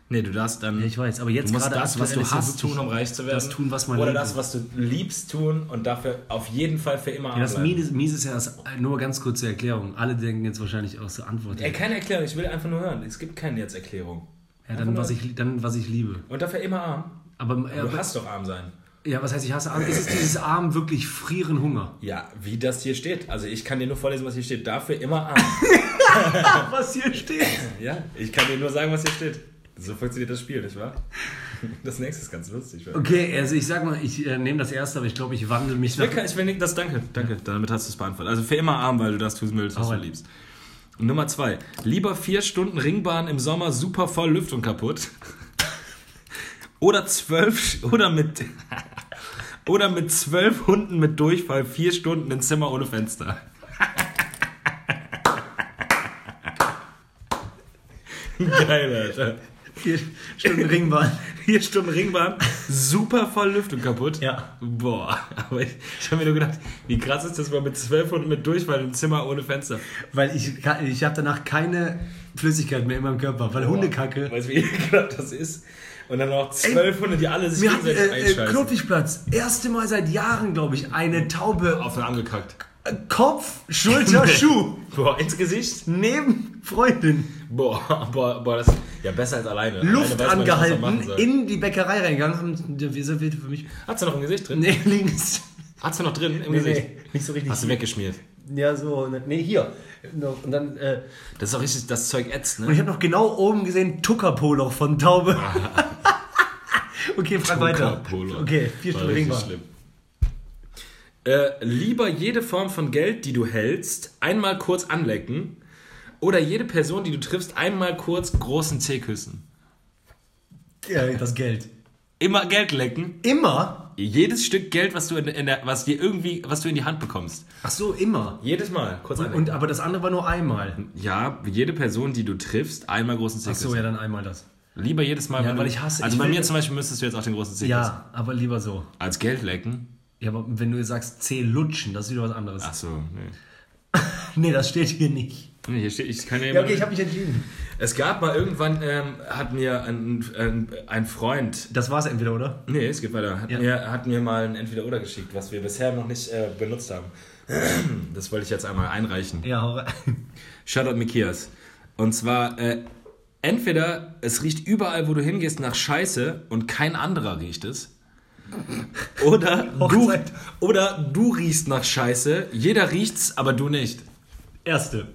[SPEAKER 2] Nee, du darfst dann.
[SPEAKER 3] ja, ich weiß, aber jetzt
[SPEAKER 2] Du musst
[SPEAKER 3] gerade
[SPEAKER 2] das, was
[SPEAKER 3] aktuell
[SPEAKER 2] du
[SPEAKER 3] ist ja
[SPEAKER 2] hast,
[SPEAKER 3] wirklich
[SPEAKER 2] tun, um reich zu werden.
[SPEAKER 3] Das tun, was man
[SPEAKER 2] Oder
[SPEAKER 3] liebt.
[SPEAKER 2] das, was du liebst, tun und dafür auf jeden Fall für immer
[SPEAKER 3] Ja, das
[SPEAKER 2] bleiben.
[SPEAKER 3] Mies, Mies ist ja das, nur ganz kurze Erklärung. Alle denken jetzt wahrscheinlich auch so Antwort.
[SPEAKER 2] Ey, keine Erklärung, ich will einfach nur hören. Es gibt keine jetzt Erklärung.
[SPEAKER 3] Ja, dann was, ich, dann, was ich liebe.
[SPEAKER 2] Und dafür immer arm.
[SPEAKER 3] Aber, äh,
[SPEAKER 2] Du hast doch arm sein.
[SPEAKER 3] ja, was heißt, ich hasse Arm? Ist es dieses Arm wirklich frieren Hunger?
[SPEAKER 2] Ja, wie das hier steht. Also ich kann dir nur vorlesen, was hier steht. Dafür immer arm.
[SPEAKER 3] Was hier steht.
[SPEAKER 2] ja, ich kann dir nur sagen, was hier steht. So funktioniert das Spiel, nicht wahr? Das nächste ist ganz lustig. weil-
[SPEAKER 3] Okay, also ich sag mal, ich äh, nehme das erste, aber ich glaube, ich wandle mich nach.
[SPEAKER 2] Okay, ich will nicht das. Danke, danke. Damit hast du es beantwortet. Also für immer arm, weil du das tun willst, was
[SPEAKER 3] Alright.
[SPEAKER 2] du liebst. Und Nummer zwei. Lieber vier Stunden Ringbahn im Sommer super voll Lüftung kaputt. Oder zwölf oder mit oder mit zwölf Hunden mit Durchfall vier Stunden im Zimmer ohne Fenster. Geil, Alter.
[SPEAKER 3] Vier Stunden Ringbahn.
[SPEAKER 2] Vier Stunden Ringbahn, super voll Lüftung kaputt.
[SPEAKER 3] Ja.
[SPEAKER 2] Boah, aber ich, ich habe mir nur gedacht, wie krass ist das mal mit 12 Hunden mit Durchfall im Zimmer ohne Fenster.
[SPEAKER 3] Weil ich, kann- ich habe danach keine Flüssigkeit mehr in meinem Körper, weil Hundekacke.
[SPEAKER 2] Weißt du, wie ekelhaft das ist? Und dann noch 12 Hunde, die alle sich
[SPEAKER 3] Wir hatten
[SPEAKER 2] gegenseitig
[SPEAKER 3] äh, äh,
[SPEAKER 2] einscheißen.
[SPEAKER 3] Klotwichplatz, erste Mal seit Jahren, glaube ich, eine Taube.
[SPEAKER 2] Auf den Arm gekackt.
[SPEAKER 3] Äh, Kopf, Schulter, Oh, Schuh.
[SPEAKER 2] Boah, ins Gesicht?
[SPEAKER 3] Neben Freundin.
[SPEAKER 2] Boah, boah, boah, das ja besser als alleine.
[SPEAKER 3] Luft
[SPEAKER 2] alleine weiß man nicht, was man
[SPEAKER 3] angehalten,
[SPEAKER 2] machen soll.
[SPEAKER 3] in die Bäckerei reingegangen. Haben die reserviert für mich.
[SPEAKER 2] Hat sie noch im Gesicht drin?
[SPEAKER 3] Nee, links.
[SPEAKER 2] Hat sie noch drin im
[SPEAKER 3] Nee,
[SPEAKER 2] Gesicht?
[SPEAKER 3] nee, nicht so richtig.
[SPEAKER 2] Hast du weggeschmiert.
[SPEAKER 3] Ja, so. ne- Nee, hier. Noch. Und dann. Äh,
[SPEAKER 2] Das ist doch richtig, das Zeug ätzt,
[SPEAKER 3] und
[SPEAKER 2] ne?
[SPEAKER 3] ich habe noch genau oben gesehen, Tuckerpoloch von Taube. okay, frag weiter.
[SPEAKER 2] Coca-Cola.
[SPEAKER 3] Okay, vier
[SPEAKER 2] War
[SPEAKER 3] Stunden
[SPEAKER 2] richtig
[SPEAKER 3] Ringbahn.
[SPEAKER 2] schlimm. Äh, lieber jede Form von Geld, die du hältst, einmal kurz anlecken oder jede Person, die du triffst, einmal kurz großen Zeh küssen.
[SPEAKER 3] Ja, das Geld.
[SPEAKER 2] Immer Geld lecken.
[SPEAKER 3] Immer?
[SPEAKER 2] Jedes Stück Geld, was du in, in der, was dir irgendwie, was du in die Hand bekommst.
[SPEAKER 3] Ach so, immer. Hm,
[SPEAKER 2] Jedes Mal kurz anlecken.
[SPEAKER 3] Und, aber das andere war nur einmal.
[SPEAKER 2] ja, jede Person, die du triffst, einmal großen Zeh
[SPEAKER 3] Ach so,
[SPEAKER 2] küssen.
[SPEAKER 3] ja, dann einmal das.
[SPEAKER 2] Lieber jedes Mal,
[SPEAKER 3] Ja,
[SPEAKER 2] wenn
[SPEAKER 3] weil
[SPEAKER 2] du,
[SPEAKER 3] ich hasse-
[SPEAKER 2] Also
[SPEAKER 3] ich
[SPEAKER 2] bei
[SPEAKER 3] will-
[SPEAKER 2] mir zum Beispiel müsstest du jetzt auch den großen Zeh küssen.
[SPEAKER 3] Ja, aber lieber so.
[SPEAKER 2] Als Geld lecken.
[SPEAKER 3] Ja, aber wenn du sagst C lutschen, das ist wieder was anderes.
[SPEAKER 2] Ach so, nee.
[SPEAKER 3] Nee, das steht hier nicht.
[SPEAKER 2] nee. Hier steht, ich kann ja,
[SPEAKER 3] Ja,
[SPEAKER 2] immer-
[SPEAKER 3] okay, ich habe mich entschieden.
[SPEAKER 2] Es gab mal irgendwann, ähm, hat mir ein, ein, ein Freund,
[SPEAKER 3] Das war's entweder, oder?
[SPEAKER 2] nee, es geht weiter, hat,
[SPEAKER 3] Ja.
[SPEAKER 2] mir, hat mir mal ein Entweder-Oder geschickt, was wir bisher noch nicht äh, benutzt haben. Das wollte ich jetzt einmal einreichen.
[SPEAKER 3] Ja, hau rein.
[SPEAKER 2] Shoutout Mikias. Und zwar, äh, entweder es riecht überall, wo du hingehst, nach Scheiße und kein anderer riecht es. Oder du,
[SPEAKER 3] Hochzeit.
[SPEAKER 2] oder du riechst nach Scheiße, jeder riecht's, aber du nicht.
[SPEAKER 3] Erste.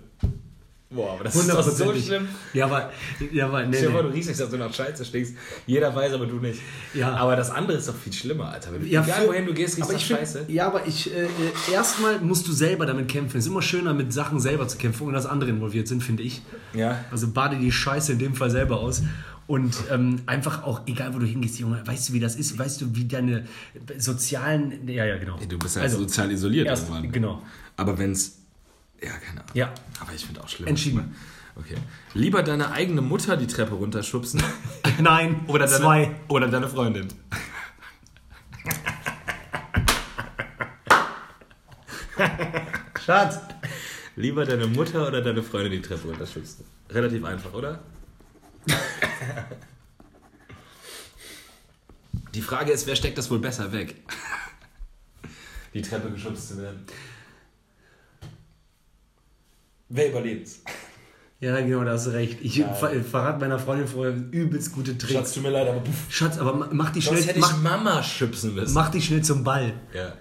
[SPEAKER 2] Boah, aber das
[SPEAKER 3] Hundertprozentig. Ja, aber, ja, aber nee,
[SPEAKER 2] Stell dir vor,
[SPEAKER 3] nee.
[SPEAKER 2] du riechst nicht, dass du nach Scheiße stinkst. Jeder weiß, aber du nicht.
[SPEAKER 3] Ja.
[SPEAKER 2] Aber das andere ist doch viel schlimmer, Alter. Wenn du,
[SPEAKER 3] Ja,
[SPEAKER 2] egal
[SPEAKER 3] für-
[SPEAKER 2] wohin du gehst, riechst
[SPEAKER 3] Aber
[SPEAKER 2] du nach
[SPEAKER 3] ich find-
[SPEAKER 2] Scheiße.
[SPEAKER 3] Ja, aber ich äh, äh, erstmal musst du selber damit kämpfen. Es ist immer schöner, mit Sachen selber zu kämpfen, ohne dass andere involviert sind, finde ich.
[SPEAKER 2] Ja.
[SPEAKER 3] Also bade die Scheiße in dem Fall selber aus. Und ähm, einfach auch, egal wo du hingehst, Junge, weißt du, wie das ist? Weißt du, wie deine sozialen. Ja, ja, genau.
[SPEAKER 2] Du bist halt sozial isoliert
[SPEAKER 3] erst- genau.
[SPEAKER 2] Aber wenn's. Ja, keine Ahnung.
[SPEAKER 3] Ja.
[SPEAKER 2] Aber ich finde auch schlimm.
[SPEAKER 3] Entschieden.
[SPEAKER 2] Okay. Lieber deine eigene Mutter die Treppe runterschubsen.
[SPEAKER 3] Nein,
[SPEAKER 2] Oder deine,
[SPEAKER 3] zwei.
[SPEAKER 2] Oder deine Freundin.
[SPEAKER 3] Schatz.
[SPEAKER 2] Lieber deine Mutter oder deine Freundin die Treppe runterschubsen. Relativ einfach, oder? die Frage ist, wer steckt das wohl besser weg? Die Treppe geschubst zu werden. Wer überlebt's?
[SPEAKER 3] Ja, genau, da hast du recht. Ich ver verrate meiner Freundin vorher übelst gute Tricks.
[SPEAKER 2] Schatz, tut mir leid, aber pff,
[SPEAKER 3] Schatz, aber ma- mach die
[SPEAKER 2] sonst
[SPEAKER 3] schnell,
[SPEAKER 2] hätte ich
[SPEAKER 3] mach,
[SPEAKER 2] Mama schubsen müssen.
[SPEAKER 3] mach die schnell zum Ball.
[SPEAKER 2] Ja.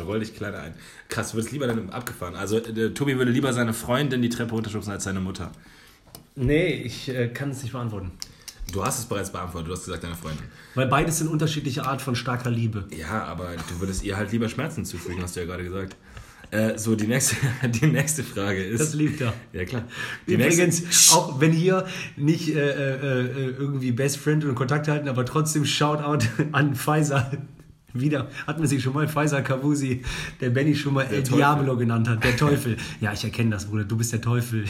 [SPEAKER 2] Roll dich kleiner ein. Krass, du würdest lieber dann abgefahren. Also, äh, Tobi würde lieber seine Freundin die Treppe runterschubsen als seine Mutter.
[SPEAKER 3] Nee, ich äh, kann es nicht beantworten.
[SPEAKER 2] Du hast es bereits beantwortet, du hast gesagt, deine Freundin.
[SPEAKER 3] Weil beides sind unterschiedliche Art von starker Liebe.
[SPEAKER 2] Ja, aber du würdest ihr halt lieber Schmerzen zufügen, hast du ja gerade gesagt. Äh, so, die nächste, die nächste Frage ist.
[SPEAKER 3] Das liebt er.
[SPEAKER 2] Ja, klar. Die
[SPEAKER 3] Übrigens, auch wenn hier nicht äh, äh, äh, irgendwie Best Friend und Kontakt halten, aber trotzdem Shoutout an Faisal. Wieder hatten wir sie schon mal, Faisal Kavusi, der Benny schon mal El
[SPEAKER 2] Teufel.
[SPEAKER 3] Diablo genannt hat, der Teufel. ja, ich erkenne das, Bruder, du bist der Teufel.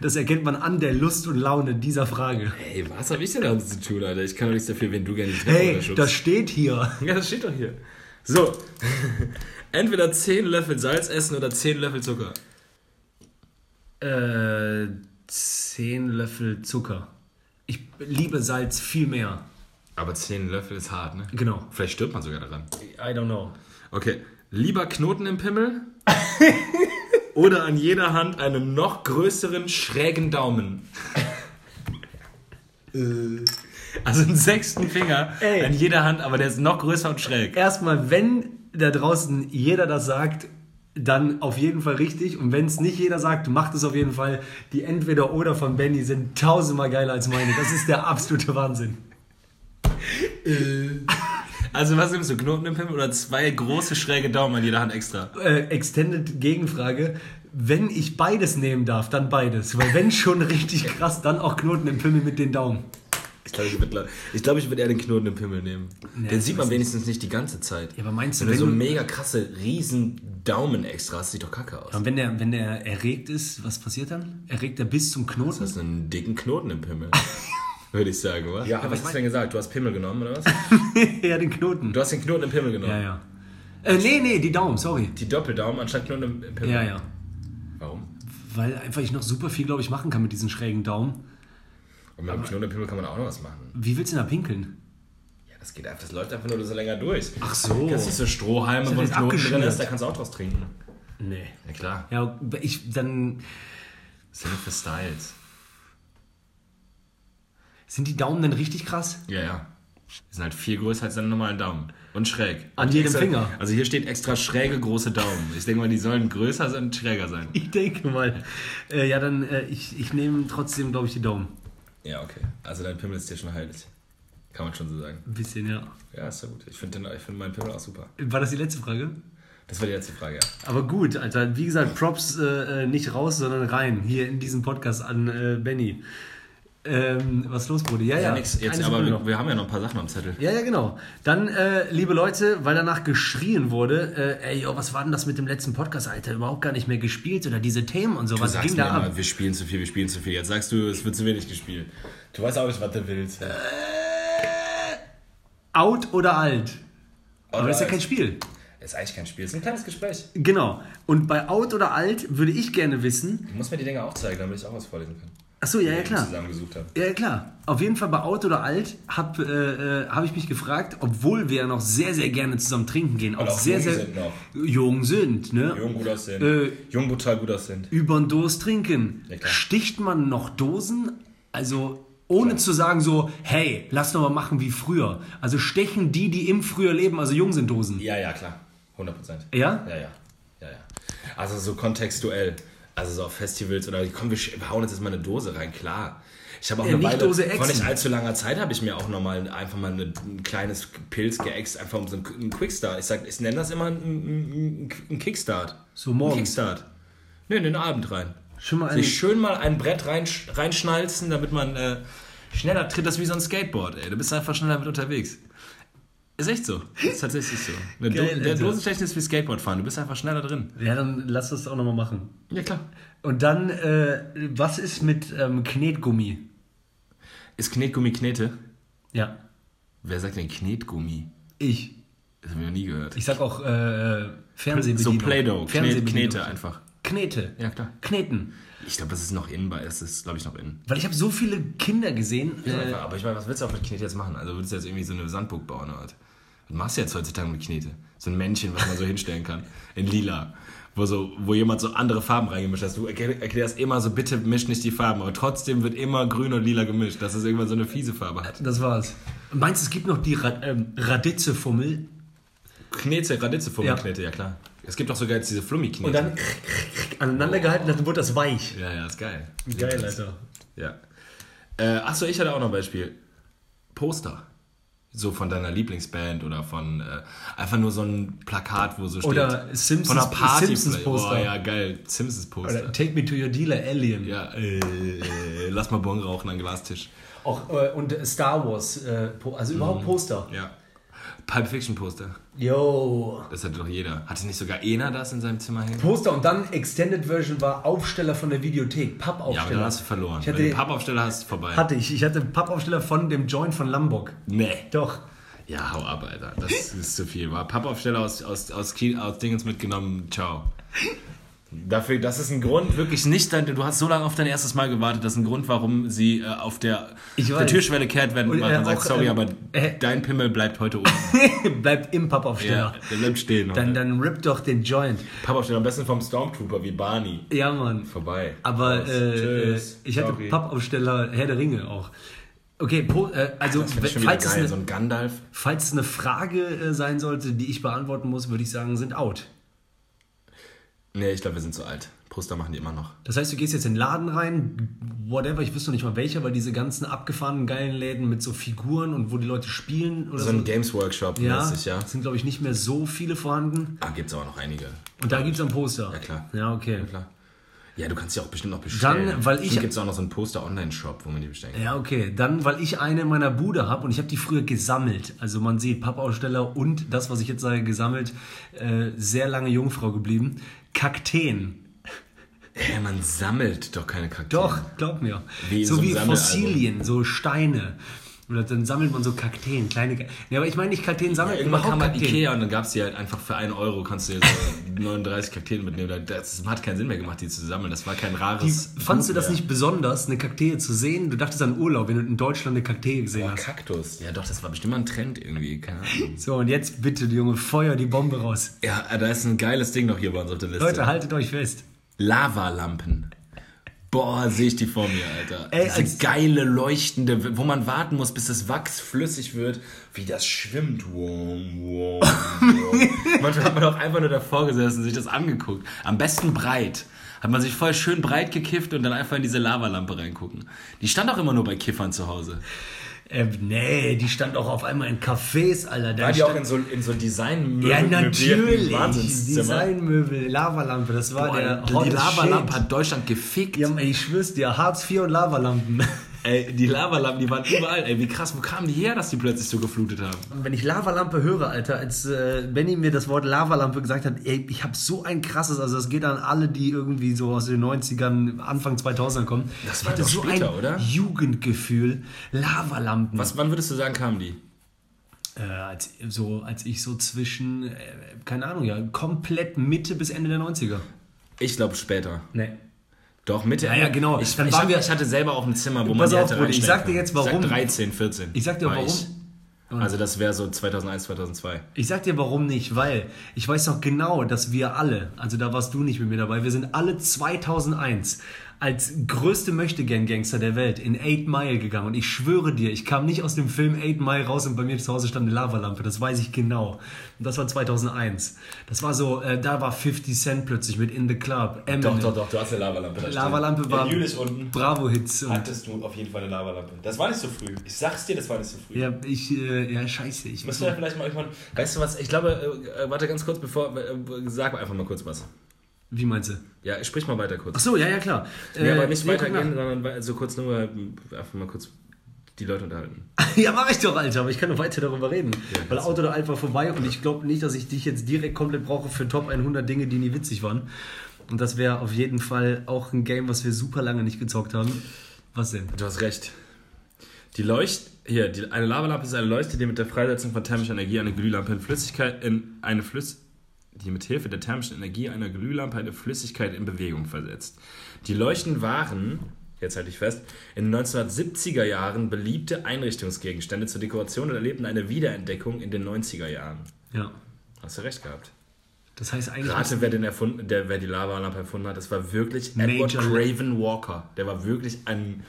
[SPEAKER 3] Das erkennt man an der Lust und Laune dieser Frage.
[SPEAKER 2] Ey, was hab ich denn damit zu tun, Alter? Ich kann doch nichts dafür, wenn du gerne die Treppe
[SPEAKER 3] Hey,
[SPEAKER 2] runterschubst.
[SPEAKER 3] das steht hier.
[SPEAKER 2] ja, das steht doch hier. So. Entweder 10 Löffel Salz essen oder 10 Löffel Zucker.
[SPEAKER 3] Äh, 10 Löffel Zucker. Ich liebe Salz viel mehr.
[SPEAKER 2] Aber 10 Löffel ist hart, ne?
[SPEAKER 3] Genau.
[SPEAKER 2] Vielleicht stirbt man sogar daran.
[SPEAKER 3] I don't know.
[SPEAKER 2] Okay. Lieber Knoten im Pimmel oder an jeder Hand einen noch größeren schrägen Daumen. Äh. also einen sechsten Finger
[SPEAKER 3] Ey.
[SPEAKER 2] an jeder Hand, aber der ist noch größer und schräg.
[SPEAKER 3] Erstmal, wenn da draußen jeder das sagt, dann auf jeden Fall richtig. Und wenn es nicht jeder sagt, macht es auf jeden Fall. Die Entweder-Oder von Benny sind tausendmal geiler als meine. Das ist der absolute Wahnsinn.
[SPEAKER 2] Also was nimmst du, Knoten im Pimmel oder zwei große schräge Daumen an jeder Hand extra?
[SPEAKER 3] Äh, extended Gegenfrage. Wenn ich beides nehmen darf, dann beides. Weil wenn schon richtig krass, dann auch Knoten im Pimmel mit den Daumen.
[SPEAKER 2] Ich glaube, ich würde glaub, ich würd eher den Knoten im Pimmel nehmen. den
[SPEAKER 3] ich
[SPEAKER 2] sieht
[SPEAKER 3] weiß
[SPEAKER 2] man wenigstens nicht die ganze Zeit.
[SPEAKER 3] Ja, aber meinst du,
[SPEAKER 2] wenn du so
[SPEAKER 3] wenn du-
[SPEAKER 2] mega krasse, riesen Daumen extra hast, sieht doch kacke aus.
[SPEAKER 3] Und wenn der, wenn der erregt ist, was passiert dann? Erregt er bis zum Knoten?
[SPEAKER 2] Du hast einen dicken Knoten im Pimmel. Würde ich sagen, was?
[SPEAKER 3] aber ich
[SPEAKER 2] denn gesagt? Du hast Pimmel genommen, oder was?
[SPEAKER 3] ja, den Knoten.
[SPEAKER 2] Du hast den Knoten im Pimmel genommen.
[SPEAKER 3] Ja, ja. Äh, nee, nee, die Daumen, sorry.
[SPEAKER 2] Die Doppeldaumen anstatt Knoten im, im Pimmel.
[SPEAKER 3] Ja, ja.
[SPEAKER 2] Warum?
[SPEAKER 3] Weil einfach ich noch super viel, glaube ich, machen kann mit diesen schrägen Daumen.
[SPEAKER 2] Und mit dem Knoten im Pimmel kann man auch noch was machen.
[SPEAKER 3] Wie willst du denn da pinkeln?
[SPEAKER 2] Ja, das geht einfach, das läuft einfach nur so länger durch.
[SPEAKER 3] Ach so.
[SPEAKER 2] Das ist so Strohhalme, wo ein
[SPEAKER 3] jetzt
[SPEAKER 2] Knoten drin
[SPEAKER 3] abgeschnürt.
[SPEAKER 2] ist, da kannst du auch draus trinken.
[SPEAKER 3] Nee.
[SPEAKER 2] Ja, klar.
[SPEAKER 3] Ja, ich, dann
[SPEAKER 2] Das ist ja nur für Styles.
[SPEAKER 3] sind die Daumen dann richtig krass?
[SPEAKER 2] Ja, ja. Die sind halt viel größer als deine normalen Daumen. Und schräg.
[SPEAKER 3] An
[SPEAKER 2] Und
[SPEAKER 3] jedem
[SPEAKER 2] extra,
[SPEAKER 3] Finger.
[SPEAKER 2] Also hier steht extra schräge große Daumen. Ich denke mal, die sollen größer sein und schräger sein.
[SPEAKER 3] Ich denke mal. Äh, ja, dann, äh, ich, ich nehme trotzdem, glaube ich, die Daumen.
[SPEAKER 2] Ja, okay. Also dein Pimmel ist dir schon heilig. Kann man schon so sagen.
[SPEAKER 3] Ein bisschen, ja.
[SPEAKER 2] Ja, ist ja gut. Ich finde find meinen Pimmel auch super.
[SPEAKER 3] War das die letzte Frage?
[SPEAKER 2] Das war die letzte Frage, ja.
[SPEAKER 3] Aber gut, Alter, wie gesagt, Props äh, äh, nicht raus, sondern rein. Hier in diesem Podcast an äh, Benny. Ähm, was los, Brudi? Ja, ja.
[SPEAKER 2] Ja, nix. Jetzt,
[SPEAKER 3] eine
[SPEAKER 2] aber
[SPEAKER 3] Sekunde
[SPEAKER 2] wir,
[SPEAKER 3] noch.
[SPEAKER 2] wir haben ja noch ein paar Sachen am Zettel.
[SPEAKER 3] Ja, ja, genau. Dann, äh, liebe Leute, weil danach geschrien wurde, äh, ey, yo, was war denn das mit dem letzten Podcast, Alter? Überhaupt gar nicht mehr gespielt oder diese Themen und so. was ging da ab?
[SPEAKER 2] wir spielen zu viel, wir spielen zu viel. Jetzt sagst du, es wird zu wenig gespielt. Du weißt auch nicht, was du willst.
[SPEAKER 3] Out oder alt? Aber das ist ja
[SPEAKER 2] alt.
[SPEAKER 3] kein Spiel.
[SPEAKER 2] Ist eigentlich kein Spiel, ist ein kleines Gespräch.
[SPEAKER 3] Genau. Und bei Out oder alt würde ich gerne wissen.
[SPEAKER 2] Du musst mir die Dinger auch zeigen, damit ich auch was vorlesen kann.
[SPEAKER 3] Achso, ja, ja,
[SPEAKER 2] Die ich
[SPEAKER 3] klar.
[SPEAKER 2] zusammengesucht habe.
[SPEAKER 3] Ja, klar. Auf jeden Fall bei Out oder Alt habe äh, äh, hab ich mich gefragt, obwohl wir ja noch sehr, sehr gerne zusammen trinken gehen. Auch,
[SPEAKER 2] auch
[SPEAKER 3] sehr,
[SPEAKER 2] jung
[SPEAKER 3] sehr
[SPEAKER 2] sind noch.
[SPEAKER 3] jung sind, ne?
[SPEAKER 2] Jung gut aussehen.
[SPEAKER 3] Äh,
[SPEAKER 2] Jung brutal gut aussehen.
[SPEAKER 3] Übern Dos trinken.
[SPEAKER 2] Ja, klar.
[SPEAKER 3] Sticht man noch Dosen? Also Ohne zu sagen so, hey, lass doch mal machen wie früher. Also stechen die, die im Früher leben, also jung sind Dosen.
[SPEAKER 2] Ja, ja, klar. 100 Prozent.
[SPEAKER 3] Ja?
[SPEAKER 2] Ja, ja. Ja, ja. Also so kontextuell. Also so auf Festivals oder komm, wir sch- wir hauen uns jetzt mal eine Dose rein, klar. Ich habe auch eine
[SPEAKER 3] Äh, nicht
[SPEAKER 2] Weile,
[SPEAKER 3] Dose
[SPEAKER 2] vor nicht
[SPEAKER 3] ächzen.
[SPEAKER 2] allzu langer Zeit habe ich mir auch nochmal einfach mal eine, ein kleines Pilz geäxt, einfach um so einen, einen Quickstart. Ich sag, ich nenne das immer einen, einen, einen Kickstart.
[SPEAKER 3] So morgens.
[SPEAKER 2] Ein Kickstart. Nee, in den Abend rein.
[SPEAKER 3] Schon mal
[SPEAKER 2] Sich schön mal ein Brett rein, reinschnalzen, damit man äh, schneller tritt. Das ist wie so ein Skateboard, ey. Du bist einfach schneller mit unterwegs. Ist echt so. Ist tatsächlich so. Eine
[SPEAKER 3] Geil,
[SPEAKER 2] Do der
[SPEAKER 3] Alter.
[SPEAKER 2] Dosenstechen ist wie Skateboardfahren. Du bist einfach schneller drin.
[SPEAKER 3] Ja, dann lass das auch nochmal machen.
[SPEAKER 2] Ja, klar.
[SPEAKER 3] Und dann, äh, was ist mit ähm, Knetgummi?
[SPEAKER 2] Ist Knetgummi Knete?
[SPEAKER 3] Ja,
[SPEAKER 2] Wer sagt denn Knetgummi?
[SPEAKER 3] ich.
[SPEAKER 2] Das haben wir noch nie gehört.
[SPEAKER 3] Ich sag auch äh,
[SPEAKER 2] so
[SPEAKER 3] Fernsehbedienung.
[SPEAKER 2] Play-Doh, Knet,
[SPEAKER 3] Fernsehbedienung.
[SPEAKER 2] Knete einfach.
[SPEAKER 3] Knete.
[SPEAKER 2] Ja, klar.
[SPEAKER 3] Kneten.
[SPEAKER 2] Ich glaube, das ist noch innen bei. Es ist, glaube ich, noch innen.
[SPEAKER 3] Weil ich habe so viele Kinder gesehen.
[SPEAKER 2] Ist
[SPEAKER 3] Äh,
[SPEAKER 2] einfach. Aber ich meine, was willst du auch mit Knete jetzt machen? Also willst du jetzt irgendwie so eine Sandburg bauen oder was? Was machst du jetzt heutzutage mit Knete? So ein Männchen, was man so hinstellen kann. In lila. Wo, so, wo jemand so andere Farben reingemischt hat. Du erklär- erklärst immer so, bitte misch nicht die Farben. Aber trotzdem wird immer grün und lila gemischt, dass es irgendwann so eine fiese Farbe hat.
[SPEAKER 3] das war's. Meinst du, es gibt noch die Ra ähm, Raditze-Fummel?
[SPEAKER 2] Knete, Raditze vor
[SPEAKER 3] Ja.
[SPEAKER 2] Knete, ja klar. Es gibt auch sogar jetzt diese Flummi-Knete.
[SPEAKER 3] Und dann aneinander gehalten, dann wurde das weich.
[SPEAKER 2] Ja, ja, ist geil.
[SPEAKER 3] Geil, Alter.
[SPEAKER 2] Ja. Äh, achso, ich hatte auch noch ein Beispiel. Poster. So von deiner Lieblingsband oder von äh, einfach nur so ein Plakat, wo so steht.
[SPEAKER 3] Oder Simpsons-
[SPEAKER 2] von einer Party
[SPEAKER 3] Simpsons
[SPEAKER 2] vielleicht.
[SPEAKER 3] Poster.
[SPEAKER 2] Oh, ja, geil. Simpsons Poster.
[SPEAKER 3] Oder Take me to your dealer, Alien.
[SPEAKER 2] ja, äh, äh, lass mal Bon rauchen an Glastisch.
[SPEAKER 3] Auch, äh, und äh, Star Wars, äh, Po- also überhaupt
[SPEAKER 2] Mhm.
[SPEAKER 3] Poster.
[SPEAKER 2] Ja. Pulp Fiction Poster.
[SPEAKER 3] Yo.
[SPEAKER 2] Das hatte doch jeder. Hatte nicht sogar Ena das in seinem Zimmer hängen?
[SPEAKER 3] Poster und dann Extended Version war Aufsteller von der Videothek,
[SPEAKER 2] Ja, aber dann
[SPEAKER 3] Pappaufsteller.
[SPEAKER 2] hast du verloren.
[SPEAKER 3] Ich
[SPEAKER 2] Wenn
[SPEAKER 3] hatte
[SPEAKER 2] du den
[SPEAKER 3] den
[SPEAKER 2] Pappaufsteller hast, vorbei.
[SPEAKER 3] Hatte ich. Ich hatte einen Pappaufsteller von dem Joint von Lambok.
[SPEAKER 2] nee.
[SPEAKER 3] Doch.
[SPEAKER 2] Ja, hau ab, Alter. Das ist zu viel. War Pappaufsteller aus, aus, aus, Kiel, aus Dingens mitgenommen. Ciao. Dafür, das ist ein Grund, wirklich nicht. Dein, du hast so lange auf dein erstes Mal gewartet. Das ist ein Grund, warum sie äh, auf der,
[SPEAKER 3] Ich
[SPEAKER 2] der
[SPEAKER 3] weiß.
[SPEAKER 2] Türschwelle kehrt werden und,
[SPEAKER 3] Und, äh,
[SPEAKER 2] und sagt:
[SPEAKER 3] auch,
[SPEAKER 2] Sorry,
[SPEAKER 3] ähm,
[SPEAKER 2] aber
[SPEAKER 3] äh,
[SPEAKER 2] dein Pimmel bleibt heute oben.
[SPEAKER 3] Bleibt im
[SPEAKER 2] ja,
[SPEAKER 3] Pappaufsteller.
[SPEAKER 2] der bleibt stehen.
[SPEAKER 3] Dann, dann rippt doch den Joint.
[SPEAKER 2] Pappaufsteller am besten vom Stormtrooper wie Barney.
[SPEAKER 3] Ja, Mann.
[SPEAKER 2] Vorbei.
[SPEAKER 3] Aber
[SPEAKER 2] Raus.
[SPEAKER 3] äh, äh,
[SPEAKER 2] Tschüss.
[SPEAKER 3] ich hatte
[SPEAKER 2] Sorry.
[SPEAKER 3] Pappaufsteller Herr der Ringe auch. Okay, po, äh, also
[SPEAKER 2] Das finde ich schon wieder
[SPEAKER 3] falls es,
[SPEAKER 2] geil. so
[SPEAKER 3] eine,
[SPEAKER 2] ein Gandalf.
[SPEAKER 3] falls es eine Frage äh, sein sollte, die ich beantworten muss, würde ich sagen, sind out.
[SPEAKER 2] Nee, ich glaube, wir sind zu alt. Poster machen die immer noch.
[SPEAKER 3] Das heißt, du gehst jetzt in den Laden rein, whatever, ich wüsste noch nicht mal welcher, weil diese ganzen abgefahrenen geilen Läden mit so Figuren und wo die Leute spielen oder
[SPEAKER 2] So
[SPEAKER 3] so.
[SPEAKER 2] ein Games Workshop
[SPEAKER 3] Also, ja,
[SPEAKER 2] mäßig, ja.
[SPEAKER 3] sind glaube ich nicht mehr so viele vorhanden.
[SPEAKER 2] Ah, gibt's auch noch einige.
[SPEAKER 3] Und da gibt es ein Poster. Ja,
[SPEAKER 2] klar.
[SPEAKER 3] Ja, okay.
[SPEAKER 2] Klar. Ja, du kannst ja auch bestimmt noch bestellen.
[SPEAKER 3] Dann, weil ich-
[SPEAKER 2] gibt es auch noch so einen Poster-Online-Shop, wo man die bestellen kann.
[SPEAKER 3] Ja, okay. Dann, weil ich eine in meiner Bude habe und ich habe die früher gesammelt. Also man sieht, Pappaussteller und das, was ich jetzt sage, gesammelt, äh, sehr lange Jungfrau geblieben. Kakteen.
[SPEAKER 2] Hä, Äh, man sammelt doch keine Kakteen.
[SPEAKER 3] Doch, glaub mir.
[SPEAKER 2] Wie in
[SPEAKER 3] so
[SPEAKER 2] so einem
[SPEAKER 3] wie
[SPEAKER 2] Sammelalbum.
[SPEAKER 3] Fossilien, so Steine. Oder dann sammelt man so Kakteen, kleine Kakteen. Ja, aber ich meine nicht Kakteen sammeln,
[SPEAKER 2] Irgendwann
[SPEAKER 3] überhaupt
[SPEAKER 2] kam halt
[SPEAKER 3] Kakteen.
[SPEAKER 2] Ikea und dann gab es die halt einfach für 1 Euro, kannst du dir so 39 Kakteen mitnehmen. Das hat keinen Sinn mehr gemacht, die zu sammeln. Das war kein rares.
[SPEAKER 3] Fandst du
[SPEAKER 2] Gut
[SPEAKER 3] das
[SPEAKER 2] mehr.
[SPEAKER 3] nicht besonders, eine Kakteen zu sehen? Du dachtest an Urlaub, wenn du in Deutschland eine Kakteen gesehen hast.
[SPEAKER 2] Kaktus. Ja, doch, das war bestimmt mal ein Trend irgendwie. Keine Ahnung.
[SPEAKER 3] So, und jetzt bitte, Junge, feuer die Bombe raus.
[SPEAKER 2] Ja, da ist ein geiles Ding noch hier bei uns auf der Liste.
[SPEAKER 3] Leute, haltet euch fest.
[SPEAKER 2] Lavalampen. Boah, sehe ich die vor mir, Alter.
[SPEAKER 3] Ey,
[SPEAKER 2] Diese
[SPEAKER 3] als-
[SPEAKER 2] geile, leuchtende, wo man warten muss, bis das Wachs flüssig wird, wie das schwimmt. Wom, wom, wom. Manchmal hat man auch einfach nur davor gesessen und sich das angeguckt. Am besten breit. Hat man sich voll schön breit gekifft und dann einfach in diese Lavalampe reingucken. Die stand auch immer nur bei Kiffern zu Hause.
[SPEAKER 3] Ähm, nee, die stand auch auf einmal in Cafés, Alter. Da stand-
[SPEAKER 2] so, in so design
[SPEAKER 3] ja, natürlich. Designmöbel, Lavalampe, das war der
[SPEAKER 2] Die
[SPEAKER 3] hotte
[SPEAKER 2] Lavalampe
[SPEAKER 3] Shit.
[SPEAKER 2] hat Deutschland gefickt.
[SPEAKER 3] Ja, ey, ich schwör's dir, Hartz IV und Lavalampen.
[SPEAKER 2] Ey, die Lavalampen, die waren überall. Ey, wie krass, wo kamen die her, dass die plötzlich so geflutet haben?
[SPEAKER 3] Und wenn ich Lavalampe höre, Alter, als äh, Benny mir das Wort Lavalampe gesagt hat, ey, ich habe so ein krasses, also das geht an alle, die irgendwie so aus den 90ern, Anfang 2000ern kommen.
[SPEAKER 2] Das
[SPEAKER 3] Ich
[SPEAKER 2] war
[SPEAKER 3] hatte
[SPEAKER 2] doch
[SPEAKER 3] so
[SPEAKER 2] später,
[SPEAKER 3] ein
[SPEAKER 2] oder?
[SPEAKER 3] Jugendgefühl. Lavalampen.
[SPEAKER 2] Was, wann würdest du sagen, kamen die?
[SPEAKER 3] Äh, als, so, als ich so zwischen, äh, keine Ahnung, ja, komplett Mitte bis Ende der 90er.
[SPEAKER 2] Ich glaube später.
[SPEAKER 3] Nee.
[SPEAKER 2] Doch, Mitte.
[SPEAKER 3] Ja, ja, genau.
[SPEAKER 2] Ich,
[SPEAKER 3] Dann
[SPEAKER 2] ich,
[SPEAKER 3] waren
[SPEAKER 2] hab,
[SPEAKER 3] wir-
[SPEAKER 2] ich hatte selber auch ein Zimmer, wo man
[SPEAKER 3] Pass
[SPEAKER 2] die
[SPEAKER 3] auf,
[SPEAKER 2] hätte
[SPEAKER 3] Bruder, ich
[SPEAKER 2] reinstellen
[SPEAKER 3] sag dir
[SPEAKER 2] können.
[SPEAKER 3] jetzt, warum.
[SPEAKER 2] Ich sag 13, 14.
[SPEAKER 3] Ich sag dir,
[SPEAKER 2] war
[SPEAKER 3] warum.
[SPEAKER 2] Also das wäre so 2001, 2002.
[SPEAKER 3] Ich sag dir warum nicht, weil ich weiß noch genau, dass wir alle, also da warst du nicht mit mir dabei, wir sind alle 2001 als größte Möchtegern-Gangster der Welt in Eight Mile gegangen. Und ich schwöre dir, ich kam nicht aus dem Film Eight Mile raus und bei mir zu Hause stand eine Lavalampe. Das weiß ich genau. Und das war 2001. Das war so, äh, da war 50 Cent plötzlich mit In the Club. Eminem.
[SPEAKER 2] Doch, doch, doch, du hast eine Lavalampe. da stehen.
[SPEAKER 3] Lavalampe war
[SPEAKER 2] Ja, Jules unten
[SPEAKER 3] Bravo-Hits. und-
[SPEAKER 2] hattest du auf jeden Fall eine Lavalampe. Das war nicht so früh. Ich sag's dir, das war nicht so früh.
[SPEAKER 3] Ja, ich, äh, ja, scheiße. Ich
[SPEAKER 2] Müssen wir vielleicht mal irgendwann. Weißt du was? Ich glaube, äh, äh, warte ganz kurz, bevor. Äh, sag mal einfach mal kurz was.
[SPEAKER 3] Wie meinst du?
[SPEAKER 2] Ja, sprich mal weiter
[SPEAKER 3] Ach
[SPEAKER 2] kurz.
[SPEAKER 3] so, ja, ja, klar.
[SPEAKER 2] ja, aber nicht
[SPEAKER 3] nee, guck
[SPEAKER 2] weitergehen, sondern we- so kurz nur äh, einfach mal kurz die Leute unterhalten.
[SPEAKER 3] nach. Ja, mach ich doch, Alter, aber ich kann doch weiter darüber reden. weil
[SPEAKER 2] kannst
[SPEAKER 3] Auto da alt war vorbei und ich glaube nicht, dass ich dich jetzt direkt komplett brauche für Top 100 Dinge, die nie witzig waren. Und das wäre auf jeden Fall auch ein Game, was wir super lange nicht gezockt haben. Was denn?
[SPEAKER 2] Du hast recht. Die Leucht. Hier, die, eine Lavalampe ist eine Leuchte, die mit der Freisetzung von thermischer Energie eine Glühlampe in Flüssigkeit in eine Flüss die mit Hilfe der thermischen Energie einer Glühlampe eine Flüssigkeit in Bewegung versetzt. Die Leuchten waren, jetzt halte ich fest, in den 1970er Jahren beliebte Einrichtungsgegenstände zur Dekoration und erlebten eine Wiederentdeckung in den 90er Jahren.
[SPEAKER 3] Ja.
[SPEAKER 2] Hast du recht gehabt.
[SPEAKER 3] Das heißt eigentlich.
[SPEAKER 2] Rate, wer, den erfunden, der, wer die Lavalampe erfunden hat, das war wirklich Edward
[SPEAKER 3] Major-
[SPEAKER 2] Craven Walker. Der war wirklich ein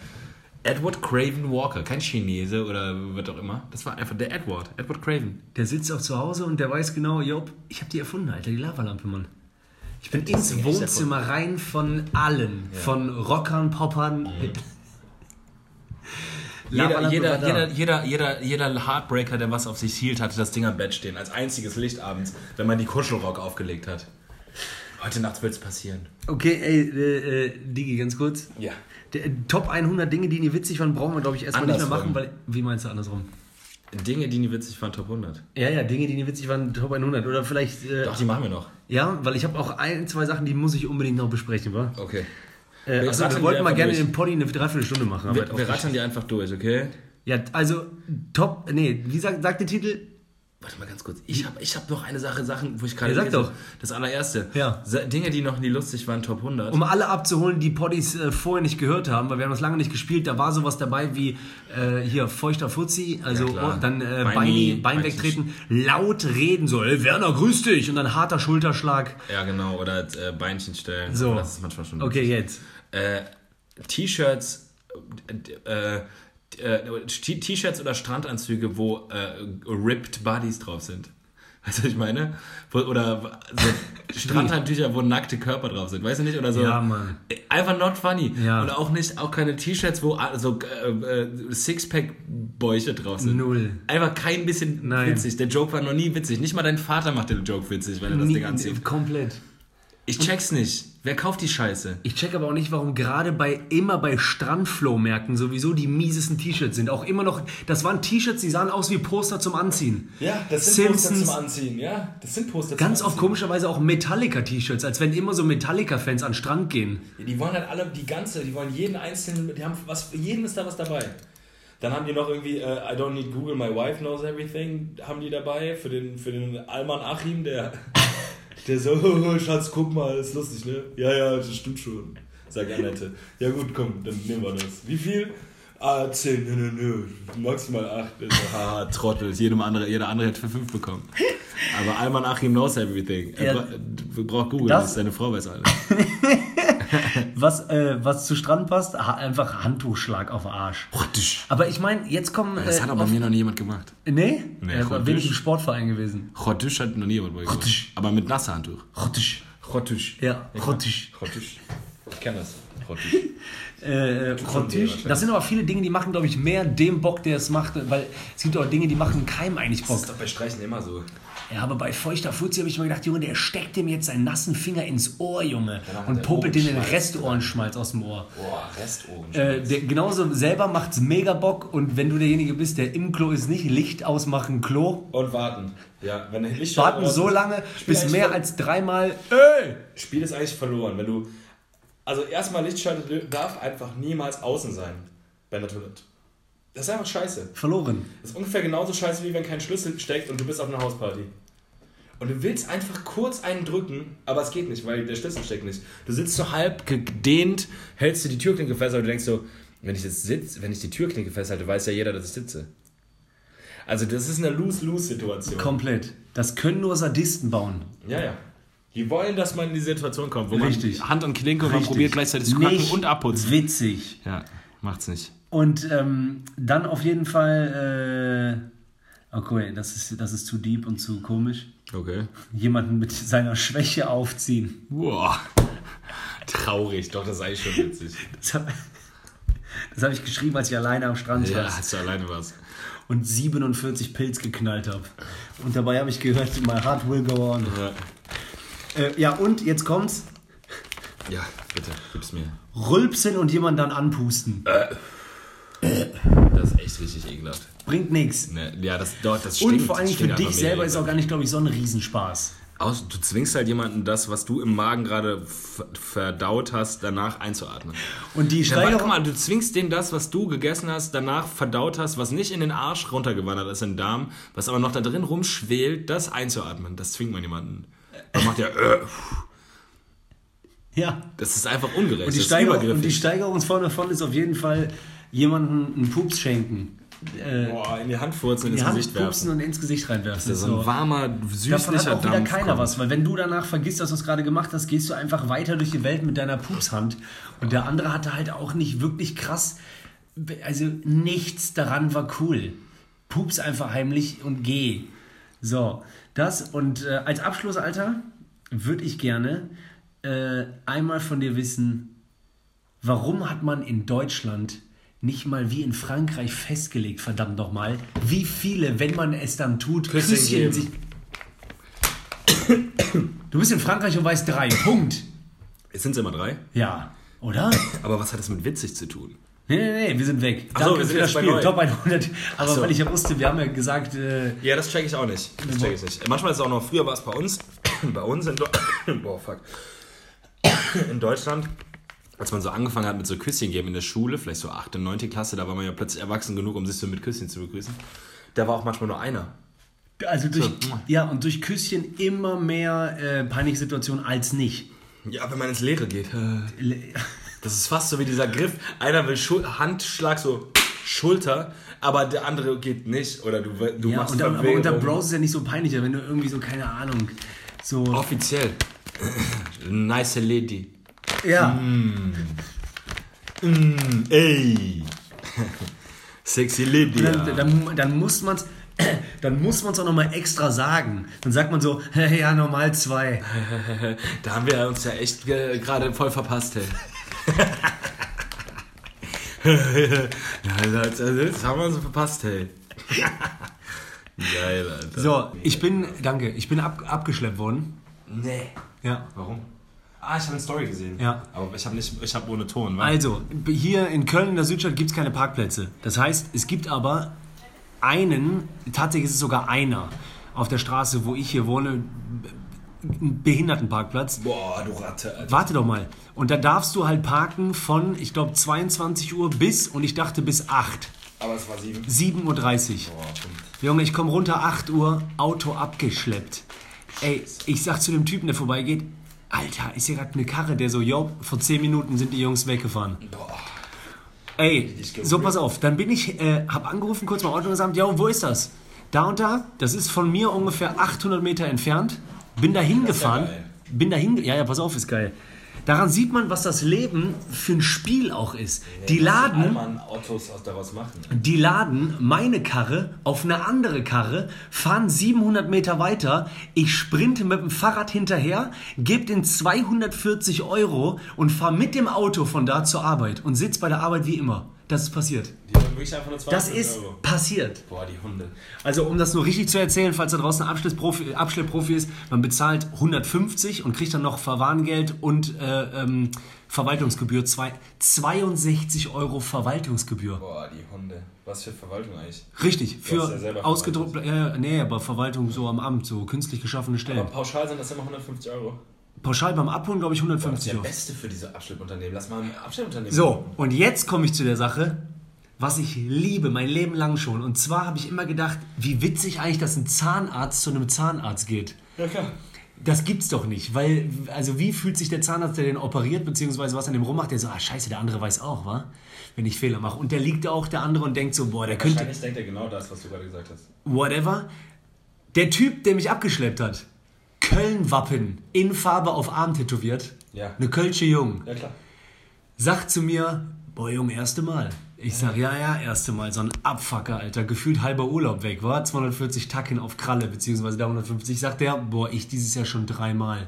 [SPEAKER 2] Edward Craven Walker, kein Chinese oder was auch immer. Das war einfach der Edward, Edward Craven.
[SPEAKER 3] Der sitzt auch zu Hause und der weiß genau, Job, ich habe die erfunden, Alter, die Lavalampe, Mann. Ich bin ins
[SPEAKER 2] Ding echt
[SPEAKER 3] Wohnzimmer rein von allen, von Rockern, Poppern.
[SPEAKER 2] Jeder,
[SPEAKER 3] Lavalampe
[SPEAKER 2] jeder,
[SPEAKER 3] war da.
[SPEAKER 2] jeder, jeder, jeder, jeder Heartbreaker, der was auf sich hielt, hatte das Ding am Bett stehen, als einziges Licht abends, wenn man die Kuschelrock aufgelegt hat. Heute Nacht wird es passieren.
[SPEAKER 3] Okay, ey, äh, äh, Digi, ganz kurz.
[SPEAKER 2] Ja.
[SPEAKER 3] Der, äh, Top 100 Dinge, die nie witzig waren, brauchen wir, glaube ich, erstmal nicht mehr
[SPEAKER 2] Andersrum.
[SPEAKER 3] machen, weil. Wie meinst du andersrum?
[SPEAKER 2] Dinge, die nie witzig waren, Top 100.
[SPEAKER 3] Ja, ja, Dinge, die nie witzig waren, Top 100. Oder vielleicht. Äh,
[SPEAKER 2] Doch, die machen wir noch.
[SPEAKER 3] Ja, weil ich habe auch ein, zwei Sachen, die muss ich unbedingt noch besprechen, wa?
[SPEAKER 2] Okay.
[SPEAKER 3] Äh,
[SPEAKER 2] Wir
[SPEAKER 3] also,
[SPEAKER 2] rattern
[SPEAKER 3] wir
[SPEAKER 2] die
[SPEAKER 3] wollten mal
[SPEAKER 2] einfach
[SPEAKER 3] gerne
[SPEAKER 2] durch.
[SPEAKER 3] den Poddy eine Dreiviertelstunde machen. aber
[SPEAKER 2] Wir,
[SPEAKER 3] auch
[SPEAKER 2] wir
[SPEAKER 3] nicht.
[SPEAKER 2] rattern die einfach durch, okay?
[SPEAKER 3] Ja, also Top, nee, wie sagt, sagt der Titel?
[SPEAKER 2] Warte mal ganz kurz. Ich habe ich hab noch eine Sache, Sachen, wo ich gerade.
[SPEAKER 3] Ja, sag
[SPEAKER 2] gelesen-
[SPEAKER 3] doch.
[SPEAKER 2] Das allererste.
[SPEAKER 3] Ja.
[SPEAKER 2] Sa- Dinge, die noch nie lustig waren, Top 100.
[SPEAKER 3] Um alle abzuholen, die Poddies äh, vorher nicht gehört haben, weil wir haben das lange nicht gespielt, da war sowas dabei wie äh, hier feuchter Fuzzi, also
[SPEAKER 2] Ja, klar.
[SPEAKER 3] oh, dann äh,
[SPEAKER 2] Beini,
[SPEAKER 3] Beini, Bein
[SPEAKER 2] Beinchen.
[SPEAKER 3] wegtreten, laut reden, so, ey, Werner, grüß dich, und dann harter Schulterschlag.
[SPEAKER 2] ja, genau. Oder äh, Beinchen stellen.
[SPEAKER 3] So.
[SPEAKER 2] Aber Das ist manchmal schon.
[SPEAKER 3] Okay, jetzt.
[SPEAKER 2] Äh, T-Shirts. Äh, äh, äh, T- T-Shirts oder Strandanzüge, wo äh, ripped Bodies drauf sind. Weißt du, was ich meine? Wo, oder so Strandhandtücher, wo nackte Körper drauf sind. Weißt du nicht? Oder so.
[SPEAKER 3] Ja, Mann.
[SPEAKER 2] Einfach not funny.
[SPEAKER 3] Ja.
[SPEAKER 2] Und auch nicht, auch keine T-Shirts, wo a- so äh, äh, Sixpack-Bäuche drauf sind.
[SPEAKER 3] Null.
[SPEAKER 2] Einfach kein bisschen
[SPEAKER 3] Nein.
[SPEAKER 2] witzig. Der Joke war noch nie witzig. Nicht mal dein Vater macht den Joke witzig, wenn er das
[SPEAKER 3] Nie-
[SPEAKER 2] Ding anzieht.
[SPEAKER 3] komplett.
[SPEAKER 2] Ich check's nicht. Wer kauft die Scheiße?
[SPEAKER 3] Ich check aber auch nicht, warum gerade bei immer bei Strandflow-Märkten sowieso die miesesten T-Shirts sind. Auch immer noch, das waren T-Shirts, die sahen aus wie Poster zum Anziehen. Simpsons,
[SPEAKER 2] Anziehen, ja? Das sind Poster
[SPEAKER 3] Ganz oft komischerweise auch Metallica-T-Shirts, als wenn immer so Metallica-Fans an den Strand gehen.
[SPEAKER 2] Die wollen halt alle, die ganze, die wollen jeden einzelnen, die haben was, jedem ist da was dabei. Dann haben die noch irgendwie äh, I don't need Google, my wife knows everything, haben die dabei für den, für den Alman Achim, der, der so, "Oh, Schatz, guck mal, das ist lustig, ne? Ja, ja, das stimmt schon, sagt Annette. Ja gut, komm, dann nehmen wir das. Wie viel? Ah, 10, nö, nö, nö, maximal 8. Haha, Trottel, jedem andere, jeder andere hätte für 5 bekommen. Aber Alman Achim knows everything. Er
[SPEAKER 3] Ja.
[SPEAKER 2] bra- braucht Google,
[SPEAKER 3] Das-
[SPEAKER 2] das ist seine Frau weiß alles.
[SPEAKER 3] Was, äh, was zu Strand passt, ha einfach Handtuchschlag auf den Arsch. Aber ich meine, jetzt kommen.
[SPEAKER 2] Das hat
[SPEAKER 3] äh,
[SPEAKER 2] aber bei
[SPEAKER 3] oft-
[SPEAKER 2] mir noch nie jemand gemacht.
[SPEAKER 3] Nee?
[SPEAKER 2] Nee,
[SPEAKER 3] er war
[SPEAKER 2] Rottwisch.
[SPEAKER 3] wenig im Sportverein gewesen.
[SPEAKER 2] Chotisch hat noch nie jemand bei mir gemacht.
[SPEAKER 3] Chotisch.
[SPEAKER 2] Aber mit nasser Handtuch.
[SPEAKER 3] Rottisch.
[SPEAKER 2] Chotisch.
[SPEAKER 3] Ja, Rottisch.
[SPEAKER 2] Chotisch. Ich kenne das. Chotisch.
[SPEAKER 3] Äh, äh, Rottisch.
[SPEAKER 2] wahrscheinlich.
[SPEAKER 3] Das sind aber viele Dinge, die machen, glaube ich, mehr dem Bock, der es macht, weil es gibt auch Dinge, die machen keinem eigentlich Bock.
[SPEAKER 2] doch bei Streichen immer so.
[SPEAKER 3] Ja, aber bei feuchter Fuzzi habe ich mir gedacht, Junge, der steckt dem jetzt seinen nassen Finger ins Ohr, Junge,
[SPEAKER 2] hat
[SPEAKER 3] und
[SPEAKER 2] der
[SPEAKER 3] popelt dem den
[SPEAKER 2] Ohrenschmalz.
[SPEAKER 3] Restohrenschmalz aus dem Ohr.
[SPEAKER 2] Boah, Restohren.
[SPEAKER 3] Äh, der, genauso selber macht's mega Bock und wenn du derjenige bist, der im Klo ist, nicht Licht ausmachen, Klo.
[SPEAKER 2] Und warten. Ja, wenn der Licht
[SPEAKER 3] Warten
[SPEAKER 2] oder-
[SPEAKER 3] so lange,
[SPEAKER 2] Spiel
[SPEAKER 3] bis
[SPEAKER 2] eigentlich
[SPEAKER 3] mehr
[SPEAKER 2] ver-
[SPEAKER 3] als dreimal. Ey!
[SPEAKER 2] Spiel ist eigentlich verloren. Wenn du. Also erstmal Lichtschalter darf einfach niemals außen sein. Bei der Toilette. Das ist einfach scheiße.
[SPEAKER 3] Verloren.
[SPEAKER 2] Das ist ungefähr genauso scheiße, wie wenn kein Schlüssel steckt und du bist auf einer Hausparty. Und du willst einfach kurz einen drücken, aber es geht nicht, weil der Schlüssel steckt nicht. Du sitzt so halb gedehnt, hältst du die Türklinke fest, aber du denkst so, wenn ich jetzt sitz, wenn ich die Türklinke festhalte, weiß ja jeder, dass ich sitze. Also das ist eine Lose-Lose-Situation.
[SPEAKER 3] Komplett. Das können nur Sadisten bauen.
[SPEAKER 2] Ja, ja. Die wollen, dass man in die Situation kommt, wo
[SPEAKER 3] Richtig.
[SPEAKER 2] man Hand und Klinke und man
[SPEAKER 3] Richtig.
[SPEAKER 2] probiert gleichzeitig zu kacken
[SPEAKER 3] Nicht
[SPEAKER 2] und abputzen.
[SPEAKER 3] Witzig.
[SPEAKER 2] Ja, macht's nicht.
[SPEAKER 3] Und ähm, dann auf jeden Fall, äh, okay, das ist, das ist zu deep und zu komisch.
[SPEAKER 2] Okay.
[SPEAKER 3] Jemanden mit seiner Schwäche aufziehen.
[SPEAKER 2] Wow. Traurig, doch, das ist eigentlich schon witzig.
[SPEAKER 3] Das habe hab ich geschrieben, als ich alleine am Strand
[SPEAKER 2] Ja,
[SPEAKER 3] saß
[SPEAKER 2] hast du alleine was.
[SPEAKER 3] und 47 Pilz geknallt habe. Und dabei habe ich gehört, my heart will go on.
[SPEAKER 2] Ja,
[SPEAKER 3] Äh, ja, und jetzt kommt's.
[SPEAKER 2] ja bitte, gib's mir.
[SPEAKER 3] Rülpsen und jemanden dann anpusten.
[SPEAKER 2] Das ist echt richtig ekelhaft.
[SPEAKER 3] Bringt nichts.
[SPEAKER 2] Ne, ja, das, doch, das stinkt.
[SPEAKER 3] Und vor allem
[SPEAKER 2] Das
[SPEAKER 3] für
[SPEAKER 2] stinkt
[SPEAKER 3] dich
[SPEAKER 2] einfach
[SPEAKER 3] selber
[SPEAKER 2] mega
[SPEAKER 3] ist auch gar nicht, glaube ich, so ein Riesenspaß.
[SPEAKER 2] Aus, du zwingst halt jemanden das, was du im Magen gerade f- verdaut hast, danach einzuatmen.
[SPEAKER 3] Und die
[SPEAKER 2] Ja, warte
[SPEAKER 3] Steigerung.
[SPEAKER 2] mal, du zwingst dem das, was du gegessen hast, danach verdaut hast, was nicht in den Arsch runtergewandert ist, in den Darm, was aber noch da drin rumschwelt, das einzuatmen. Das zwingt man jemanden. Dann macht er, äh,
[SPEAKER 3] ja.
[SPEAKER 2] das ist einfach ungerecht.
[SPEAKER 3] Und
[SPEAKER 2] das
[SPEAKER 3] die,
[SPEAKER 2] ist
[SPEAKER 3] Steigerung, und die
[SPEAKER 2] übergriffig.
[SPEAKER 3] Steigerung vorne davon ist auf jeden Fall jemanden einen Pups schenken. Äh,
[SPEAKER 2] Boah, in die Hand furzen, ins
[SPEAKER 3] die Hand
[SPEAKER 2] Gesicht
[SPEAKER 3] pupsen
[SPEAKER 2] werfen.
[SPEAKER 3] und ins Gesicht reinwerfen.
[SPEAKER 2] Das ist so ein warmer, süßlicher
[SPEAKER 3] Davon hat auch wieder
[SPEAKER 2] Dampf
[SPEAKER 3] keiner
[SPEAKER 2] kommt.
[SPEAKER 3] was, weil wenn du danach vergisst, dass du es gerade gemacht hast, gehst du einfach weiter durch die Welt mit deiner Pupshand. Und der andere hatte halt auch nicht wirklich krass, also nichts daran war cool. Pups einfach heimlich und geh. So, das und äh, als Abschluss, Alter, würde ich gerne äh, einmal von dir wissen, warum hat man in Deutschland nicht mal wie in Frankreich festgelegt, verdammt nochmal, wie viele, wenn man es dann tut,
[SPEAKER 2] Küsschen geben.
[SPEAKER 3] sich. Du bist in Frankreich und weißt drei. Punkt.
[SPEAKER 2] Jetzt sind es immer drei.
[SPEAKER 3] Ja. Oder?
[SPEAKER 2] Aber was hat das mit witzig zu tun?
[SPEAKER 3] Nee, nee, nee, wir sind weg.
[SPEAKER 2] Ach so, wir sind
[SPEAKER 3] für das
[SPEAKER 2] jetzt bei
[SPEAKER 3] Spiel.
[SPEAKER 2] neu.
[SPEAKER 3] Top 100. Aber
[SPEAKER 2] Ach so.
[SPEAKER 3] weil ich ja wusste, wir haben ja gesagt, äh,
[SPEAKER 2] Ja, das check ich auch nicht. Das check ich nicht. Manchmal ist es auch noch, früher war es bei uns, bei uns in, Deu- Boah, fuck. in Deutschland, als man so angefangen hat mit so Küsschen geben in der Schule, vielleicht so 8. und 9. Klasse, da war man ja plötzlich erwachsen genug, um sich so mit Küsschen zu begrüßen. Da war auch manchmal nur einer.
[SPEAKER 3] also durch,
[SPEAKER 2] So.
[SPEAKER 3] ja, und durch Küsschen immer mehr äh, Paniksituationen als nicht.
[SPEAKER 2] Ja, wenn man ins Leere geht. äh,
[SPEAKER 3] Le-
[SPEAKER 2] Das ist fast so wie dieser Griff. Einer will Schul Handschlag, so Schulter, aber der andere geht nicht. Oder du, du
[SPEAKER 3] Ja,
[SPEAKER 2] machst
[SPEAKER 3] und dann, aber unter
[SPEAKER 2] Verwirrung.
[SPEAKER 3] Bros ist ja nicht so peinlich, wenn du irgendwie so, keine Ahnung, so.
[SPEAKER 2] Offiziell. nice lady.
[SPEAKER 3] ja.
[SPEAKER 2] Ey. Sexy Lady.
[SPEAKER 3] Dann, dann, dann muss man es dann muss man's auch nochmal extra sagen. Dann sagt man so, ja, normal zwei.
[SPEAKER 2] Da haben wir uns ja echt ge- gerade voll verpasst, hey. Ja, das, das haben wir uns verpasst, hey. Geil, Alter.
[SPEAKER 3] So, ich bin, danke, ich bin ab, abgeschleppt worden.
[SPEAKER 2] Nee.
[SPEAKER 3] Ja.
[SPEAKER 2] Warum? Ah, ich habe eine Story gesehen.
[SPEAKER 3] Ja.
[SPEAKER 2] Aber ich habe nicht, ich habe ohne Ton, wa?
[SPEAKER 3] Also, hier in Köln in der Südstadt gibt es keine Parkplätze. Das heißt, es gibt aber einen, tatsächlich ist es sogar einer, auf der Straße, wo ich hier wohne, einen Behindertenparkplatz.
[SPEAKER 2] Boah, du Ratte, Alter.
[SPEAKER 3] Warte doch mal. Und da darfst du halt parken von, ich glaube, 22 Uhr bis, und ich dachte bis 8.
[SPEAKER 2] Aber es war sieben.
[SPEAKER 3] 7.30 Uhr.
[SPEAKER 2] Boah, stimmt.
[SPEAKER 3] Junge, ich komme runter, 8 Uhr, Auto abgeschleppt. Ey, ich sag zu dem Typen, der vorbeigeht, Alter, ist hier gerade eine Karre, der so, jo, vor 10 Minuten sind die Jungs weggefahren.
[SPEAKER 2] Boah.
[SPEAKER 3] Ey,
[SPEAKER 2] gerührt.
[SPEAKER 3] so pass auf, dann bin ich, äh, hab angerufen, kurz mal Auto und gesagt, ja, wo ist das? Da und da, das ist von mir ungefähr 800 Meter entfernt, bin da hingefahren,
[SPEAKER 2] geil.
[SPEAKER 3] bin da hinge, ja, ja, pass auf, ist geil. Daran sieht man, was das Leben für ein Spiel auch ist. die laden,
[SPEAKER 2] man Autos aus- daraus machen.
[SPEAKER 3] die laden meine Karre auf eine andere Karre, fahren 700 Meter weiter, ich sprinte mit dem Fahrrad hinterher, gebe den 240 Euro und fahre mit dem Auto von da zur Arbeit und sitz bei der Arbeit wie immer. Das ist passiert.
[SPEAKER 2] Die haben wirklich einfach nur 20
[SPEAKER 3] Das ist
[SPEAKER 2] Euro.
[SPEAKER 3] passiert.
[SPEAKER 2] Boah, die Hunde.
[SPEAKER 3] Also um das nur richtig zu erzählen, falls da draußen ein Abschleppprofi, Abschleppprofi ist, man bezahlt 150 und kriegt dann noch Verwarngeld und äh, ähm, Verwaltungsgebühr. Zwei, 62 Euro Verwaltungsgebühr.
[SPEAKER 2] Boah, die Hunde. Was für Verwaltung eigentlich?
[SPEAKER 3] Richtig,
[SPEAKER 2] hast ja
[SPEAKER 3] für
[SPEAKER 2] selber
[SPEAKER 3] ausgedruckt, äh, nee, aber Verwaltung so am Amt, so künstlich geschaffene Stellen.
[SPEAKER 2] Aber pauschal sind das immer 150 Euro.
[SPEAKER 3] Pauschal beim Abholen, glaube ich,
[SPEAKER 2] Das ist
[SPEAKER 3] 150
[SPEAKER 2] der
[SPEAKER 3] Euro.
[SPEAKER 2] Beste für diese Abschleppunternehmen. Lass mal ein Abschleppunternehmen.
[SPEAKER 3] So, und jetzt komme ich zu der Sache, was ich liebe, mein Leben lang schon. Und zwar habe ich immer gedacht, wie witzig eigentlich, dass ein Zahnarzt zu einem Zahnarzt geht.
[SPEAKER 2] Ja, klar.
[SPEAKER 3] Das gibt's doch nicht, weil, also wie fühlt sich der Zahnarzt, der den operiert, beziehungsweise was an dem rummacht, der so, ah scheiße, der andere weiß auch, wa? Wenn ich Fehler mache. Und der liegt da auch, der andere, und denkt so, boah, der könnte,
[SPEAKER 2] Wahrscheinlich denkt er genau das, was du gerade gesagt hast.
[SPEAKER 3] whatever. Der Typ, der mich abgeschleppt hat, Köln-Wappen in Farbe auf Arm tätowiert.
[SPEAKER 2] Ja.
[SPEAKER 3] Eine Kölsche Jung.
[SPEAKER 2] Ja, klar.
[SPEAKER 3] Sagt zu mir, boah Junge, erste Mal. Ich sag, ja, ja, erste Mal. So ein Abfucker, Alter. Gefühlt halber Urlaub weg, war 240 Tacken auf Kralle, beziehungsweise da 150. Sagt der, boah, ich dieses Jahr schon dreimal.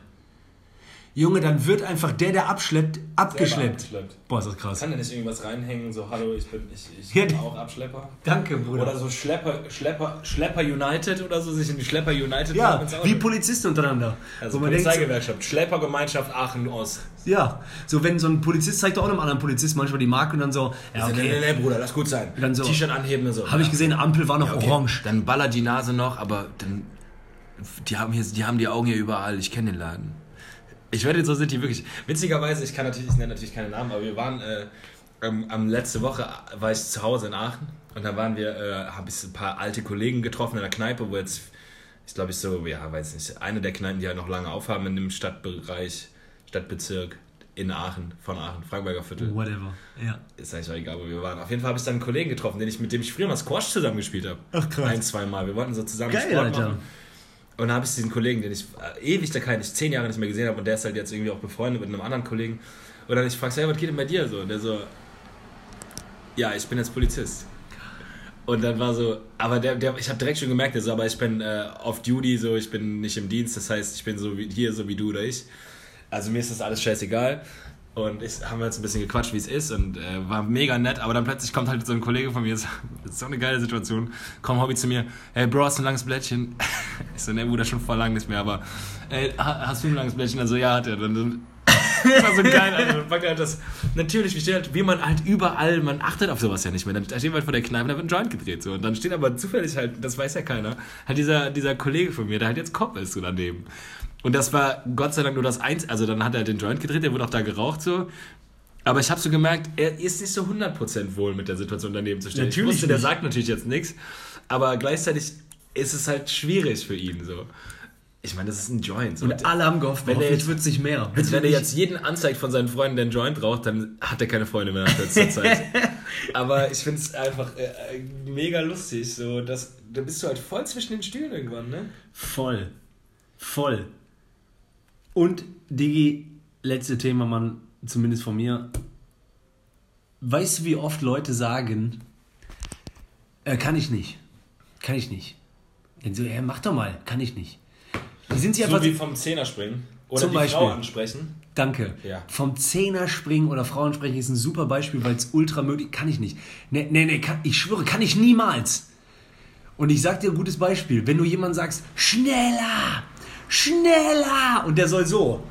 [SPEAKER 3] Junge, dann wird einfach der, der abschleppt, abgeschleppt.
[SPEAKER 2] abgeschleppt.
[SPEAKER 3] Boah, ist das krass.
[SPEAKER 2] Kann denn nicht irgendwas reinhängen, so hallo, ich bin, ich, ich
[SPEAKER 3] Ja,
[SPEAKER 2] bin
[SPEAKER 3] die-
[SPEAKER 2] auch Abschlepper?
[SPEAKER 3] Danke, Bruder.
[SPEAKER 2] Oder so Schlepper, Schlepper, Schlepper United oder so, sich in die Schlepper United machen
[SPEAKER 3] ja,
[SPEAKER 2] ins Auto.
[SPEAKER 3] wie Polizisten untereinander.
[SPEAKER 2] also
[SPEAKER 3] Wo man denkt so-
[SPEAKER 2] Polizeigewerkschaft, Schleppergemeinschaft Aachen-Ost.
[SPEAKER 3] Ja, so wenn so ein Polizist zeigt auch einem anderen Polizist manchmal die Marke und dann so, ja,
[SPEAKER 2] Also,
[SPEAKER 3] okay,
[SPEAKER 2] nee, Bruder, lass gut sein.
[SPEAKER 3] Dann so.
[SPEAKER 2] T-Shirt anheben und so.
[SPEAKER 3] habe ich gesehen, Ampel war noch
[SPEAKER 5] Okay,
[SPEAKER 3] orange.
[SPEAKER 5] Dann ballert die Nase noch, aber dann. Die haben, hier, die haben die Augen hier überall. Ich kenne den Laden.
[SPEAKER 2] Ich werde jetzt so sind die wirklich. Witzigerweise, ich kann natürlich, ich nenne natürlich keine Namen, aber wir waren äh, ähm, am letzte Woche äh, war ich zu Hause in Aachen und da waren wir, äh, habe ich ein paar alte Kollegen getroffen in der Kneipe, wo jetzt, ich glaube ich so, ja, weiß nicht, eine der Kneipen, die halt noch lange aufhaben in dem Stadtbereich, Stadtbezirk in Aachen, von Aachen, Frankberger Viertel.
[SPEAKER 3] Whatever. Ja.
[SPEAKER 2] Ist eigentlich auch egal, wo wir waren. Auf jeden Fall habe ich dann einen Kollegen getroffen, den ich, mit dem ich früher mal Squash zusammengespielt habe.
[SPEAKER 3] Ach, krass.
[SPEAKER 2] Ein, zwei Mal. Wir wollten so zusammen
[SPEAKER 3] Geil,
[SPEAKER 2] Sport
[SPEAKER 3] Alter.
[SPEAKER 2] machen. Und dann habe ich diesen Kollegen, den ich äh, ewig da keinen, ich zehn Jahre nicht mehr gesehen habe und der ist halt jetzt irgendwie auch befreundet mit einem anderen Kollegen. Und dann ich frage so, hey, was geht denn bei dir so? Und der so, ja, ich bin jetzt Polizist. Und dann war so, aber der, der ich habe direkt schon gemerkt, der so, aber ich bin äh, off duty, so, ich bin nicht im Dienst, das heißt, ich bin so wie hier, so wie du oder ich. Also mir ist das alles scheißegal. Und ich haben wir jetzt ein bisschen gequatscht, wie es ist und äh, war mega nett, aber dann plötzlich kommt halt so ein Kollege von mir, so, das ist so eine geile Situation, komm Hobby zu mir, hey Bro, hast du ein langes Blättchen? Ich so, ne Bruder, schon vor lang nicht mehr, aber ey, ha- hast du ein langes Blättchen? Also ja, hat er. Dann, dann, das war so Also geil, Alter. Dann packt er halt das, natürlich, wie, steht halt, wie man halt überall, man achtet auf sowas ja nicht mehr. Dann steht man vor der Kneipe, da wird ein Joint gedreht so und dann steht aber zufällig halt, das weiß ja keiner, halt dieser, dieser Kollege von mir, der halt jetzt Kopf ist so daneben. Und das war Gott sei Dank nur das Eins. Also dann hat er den Joint gedreht, der wurde auch da geraucht so. Aber ich habe so gemerkt, er ist nicht so 100% wohl mit der Situation daneben zu stehen.
[SPEAKER 3] Natürlich
[SPEAKER 2] ich wusste, der
[SPEAKER 3] nicht.
[SPEAKER 2] sagt natürlich jetzt nichts, aber gleichzeitig ist es halt schwierig für ihn so. Ich meine, das ist ein Joint. So.
[SPEAKER 3] Und alle haben gehofft,
[SPEAKER 2] Wenn
[SPEAKER 3] wenn
[SPEAKER 2] der
[SPEAKER 3] jetzt
[SPEAKER 2] jetzt-
[SPEAKER 3] wird es nicht mehr.
[SPEAKER 2] Also wenn er jetzt jeden anzeigt von seinen Freunden, der einen Joint raucht, dann hat er keine Freunde mehr nach letzter Zeit. Aber ich finde es einfach äh, äh, mega lustig. So, dass, da bist du halt voll zwischen den Stühlen irgendwann, ne?
[SPEAKER 3] Voll. Voll. Und, Digi, letzte Thema, Mann, zumindest von mir. Weißt du, wie oft Leute sagen, äh, kann ich nicht. Kann ich nicht. Dann so, ja, mach doch mal, kann ich nicht. Die sind sie einfach.
[SPEAKER 2] So wie vom Zehner springen. Oder
[SPEAKER 3] Zum
[SPEAKER 2] die Frau
[SPEAKER 3] Beispiel.
[SPEAKER 2] ansprechen.
[SPEAKER 3] Danke.
[SPEAKER 2] Ja.
[SPEAKER 3] Vom Zehner springen oder Frauen sprechen ist ein super Beispiel, weil es ultra möglich Kann ich nicht. Nee, nee, nee, kann, ich schwöre, kann ich niemals. Und ich sag dir ein gutes Beispiel. Wenn du jemand sagst, schneller, schneller, und der soll so,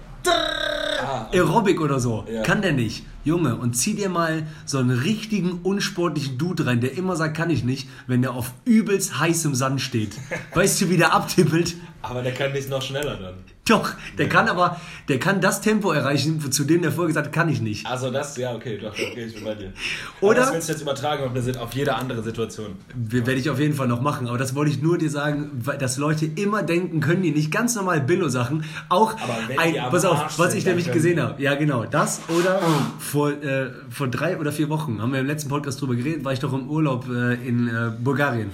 [SPEAKER 3] Aerobic oder so,
[SPEAKER 2] Ah. Ja.
[SPEAKER 3] kann der nicht. Junge, und zieh dir mal so einen richtigen unsportlichen Dude rein, der immer sagt, kann ich nicht, wenn der auf übelst heißem Sand steht. Weißt du, wie der abtippelt?
[SPEAKER 2] Aber der kann nicht noch schneller dann.
[SPEAKER 3] Doch, der kann aber, der kann das Tempo erreichen, zu dem der vorher gesagt hat, kann ich nicht.
[SPEAKER 2] Also das, ja, okay, doch, okay, ich bin bei dir. Aber
[SPEAKER 3] Oder-
[SPEAKER 2] Das willst du jetzt übertragen auf, eine, auf jede andere Situation.
[SPEAKER 3] Wir- Werde ich auf jeden Fall noch machen, aber das wollte ich nur dir sagen, weil- dass Leute immer denken, können die nicht ganz normal Billo-Sachen auch
[SPEAKER 2] wenn
[SPEAKER 3] ein,
[SPEAKER 2] die am
[SPEAKER 3] pass auf,
[SPEAKER 2] Arsch
[SPEAKER 3] was
[SPEAKER 2] sind,
[SPEAKER 3] ich
[SPEAKER 2] dann
[SPEAKER 3] nämlich
[SPEAKER 2] können
[SPEAKER 3] gesehen habe. Ja, genau, das oder vor, äh, vor drei oder vier Wochen, haben wir im letzten Podcast drüber geredet, war ich doch im Urlaub äh, in äh, Bulgarien.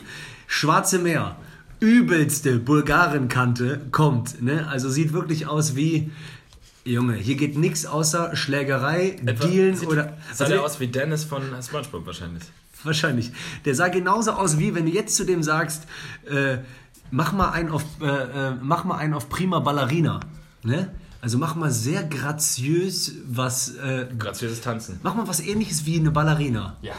[SPEAKER 3] Schwarze Meer, übelste Bulgarenkante kommt, ne? also sieht wirklich aus wie, Junge, hier geht nichts außer Schlägerei, Dealen
[SPEAKER 2] Sieht-
[SPEAKER 3] oder...
[SPEAKER 2] Sah
[SPEAKER 3] also-
[SPEAKER 2] der aus wie Dennis von Spongebob wahrscheinlich.
[SPEAKER 3] Wahrscheinlich. Der sah genauso aus wie wenn du jetzt zu dem sagst, äh, mach mal einen auf, äh, äh, mach mal einen auf prima Ballerina, ne? Also mach mal sehr graziös was, äh,
[SPEAKER 2] Graziöses Tanzen.
[SPEAKER 3] mach mal was Ähnliches wie eine Ballerina.
[SPEAKER 2] Ja.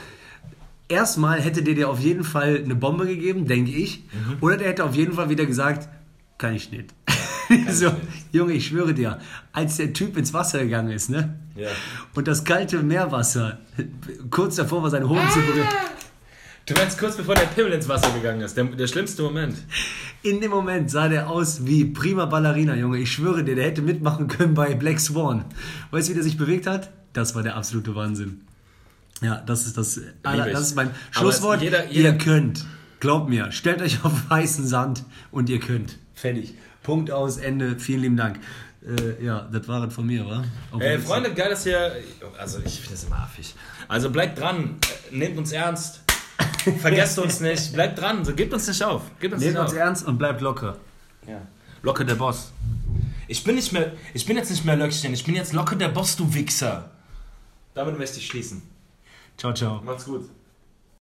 [SPEAKER 3] Erstmal hätte der dir auf jeden Fall eine Bombe gegeben, denke ich, oder der hätte auf jeden Fall wieder gesagt, kann ich nicht. so,
[SPEAKER 2] Mhm. nicht.
[SPEAKER 3] Junge, ich schwöre dir, als der Typ ins Wasser gegangen ist, ne?
[SPEAKER 2] Ja.
[SPEAKER 3] Und das kalte Meerwasser kurz davor war, seine Hoden zu berühren.
[SPEAKER 2] Du meinst kurz bevor der Pimmel ins Wasser gegangen ist, der, der schlimmste Moment.
[SPEAKER 3] In dem Moment sah der aus wie prima Ballerina, Junge. Ich schwöre dir, der hätte mitmachen können bei Black Swan. Weißt du, wie der sich bewegt hat? Das war der absolute Wahnsinn. Ja, das ist das. Aller,
[SPEAKER 2] ich.
[SPEAKER 3] das ist mein
[SPEAKER 2] Aber
[SPEAKER 3] Schlusswort.
[SPEAKER 2] es- jeder- jeder-
[SPEAKER 3] ihr könnt. Glaubt mir, stellt euch auf weißen Sand und ihr könnt. Fertig. Punkt aus, Ende. Vielen lieben Dank. Äh, ja, das war es von mir, wa? Auch
[SPEAKER 2] Äh,
[SPEAKER 3] wenn es-
[SPEAKER 2] Freunde, geil, dass ihr. Also, ich finde das immer affig. Also, bleibt dran. Äh, Nehmt uns ernst. Vergesst uns nicht. Bleibt dran. So, gebt uns nicht auf. Gebt uns
[SPEAKER 3] Nehmt
[SPEAKER 2] nicht
[SPEAKER 3] uns
[SPEAKER 2] auf.
[SPEAKER 3] ernst und bleibt locker.
[SPEAKER 2] Locke der Boss.
[SPEAKER 1] Ich bin nicht mehr, ich bin jetzt nicht mehr Löckchen, ich bin jetzt Locke der Boss, du Wichser. Damit möchte ich schließen. Ciao, ciao.
[SPEAKER 3] Macht's gut.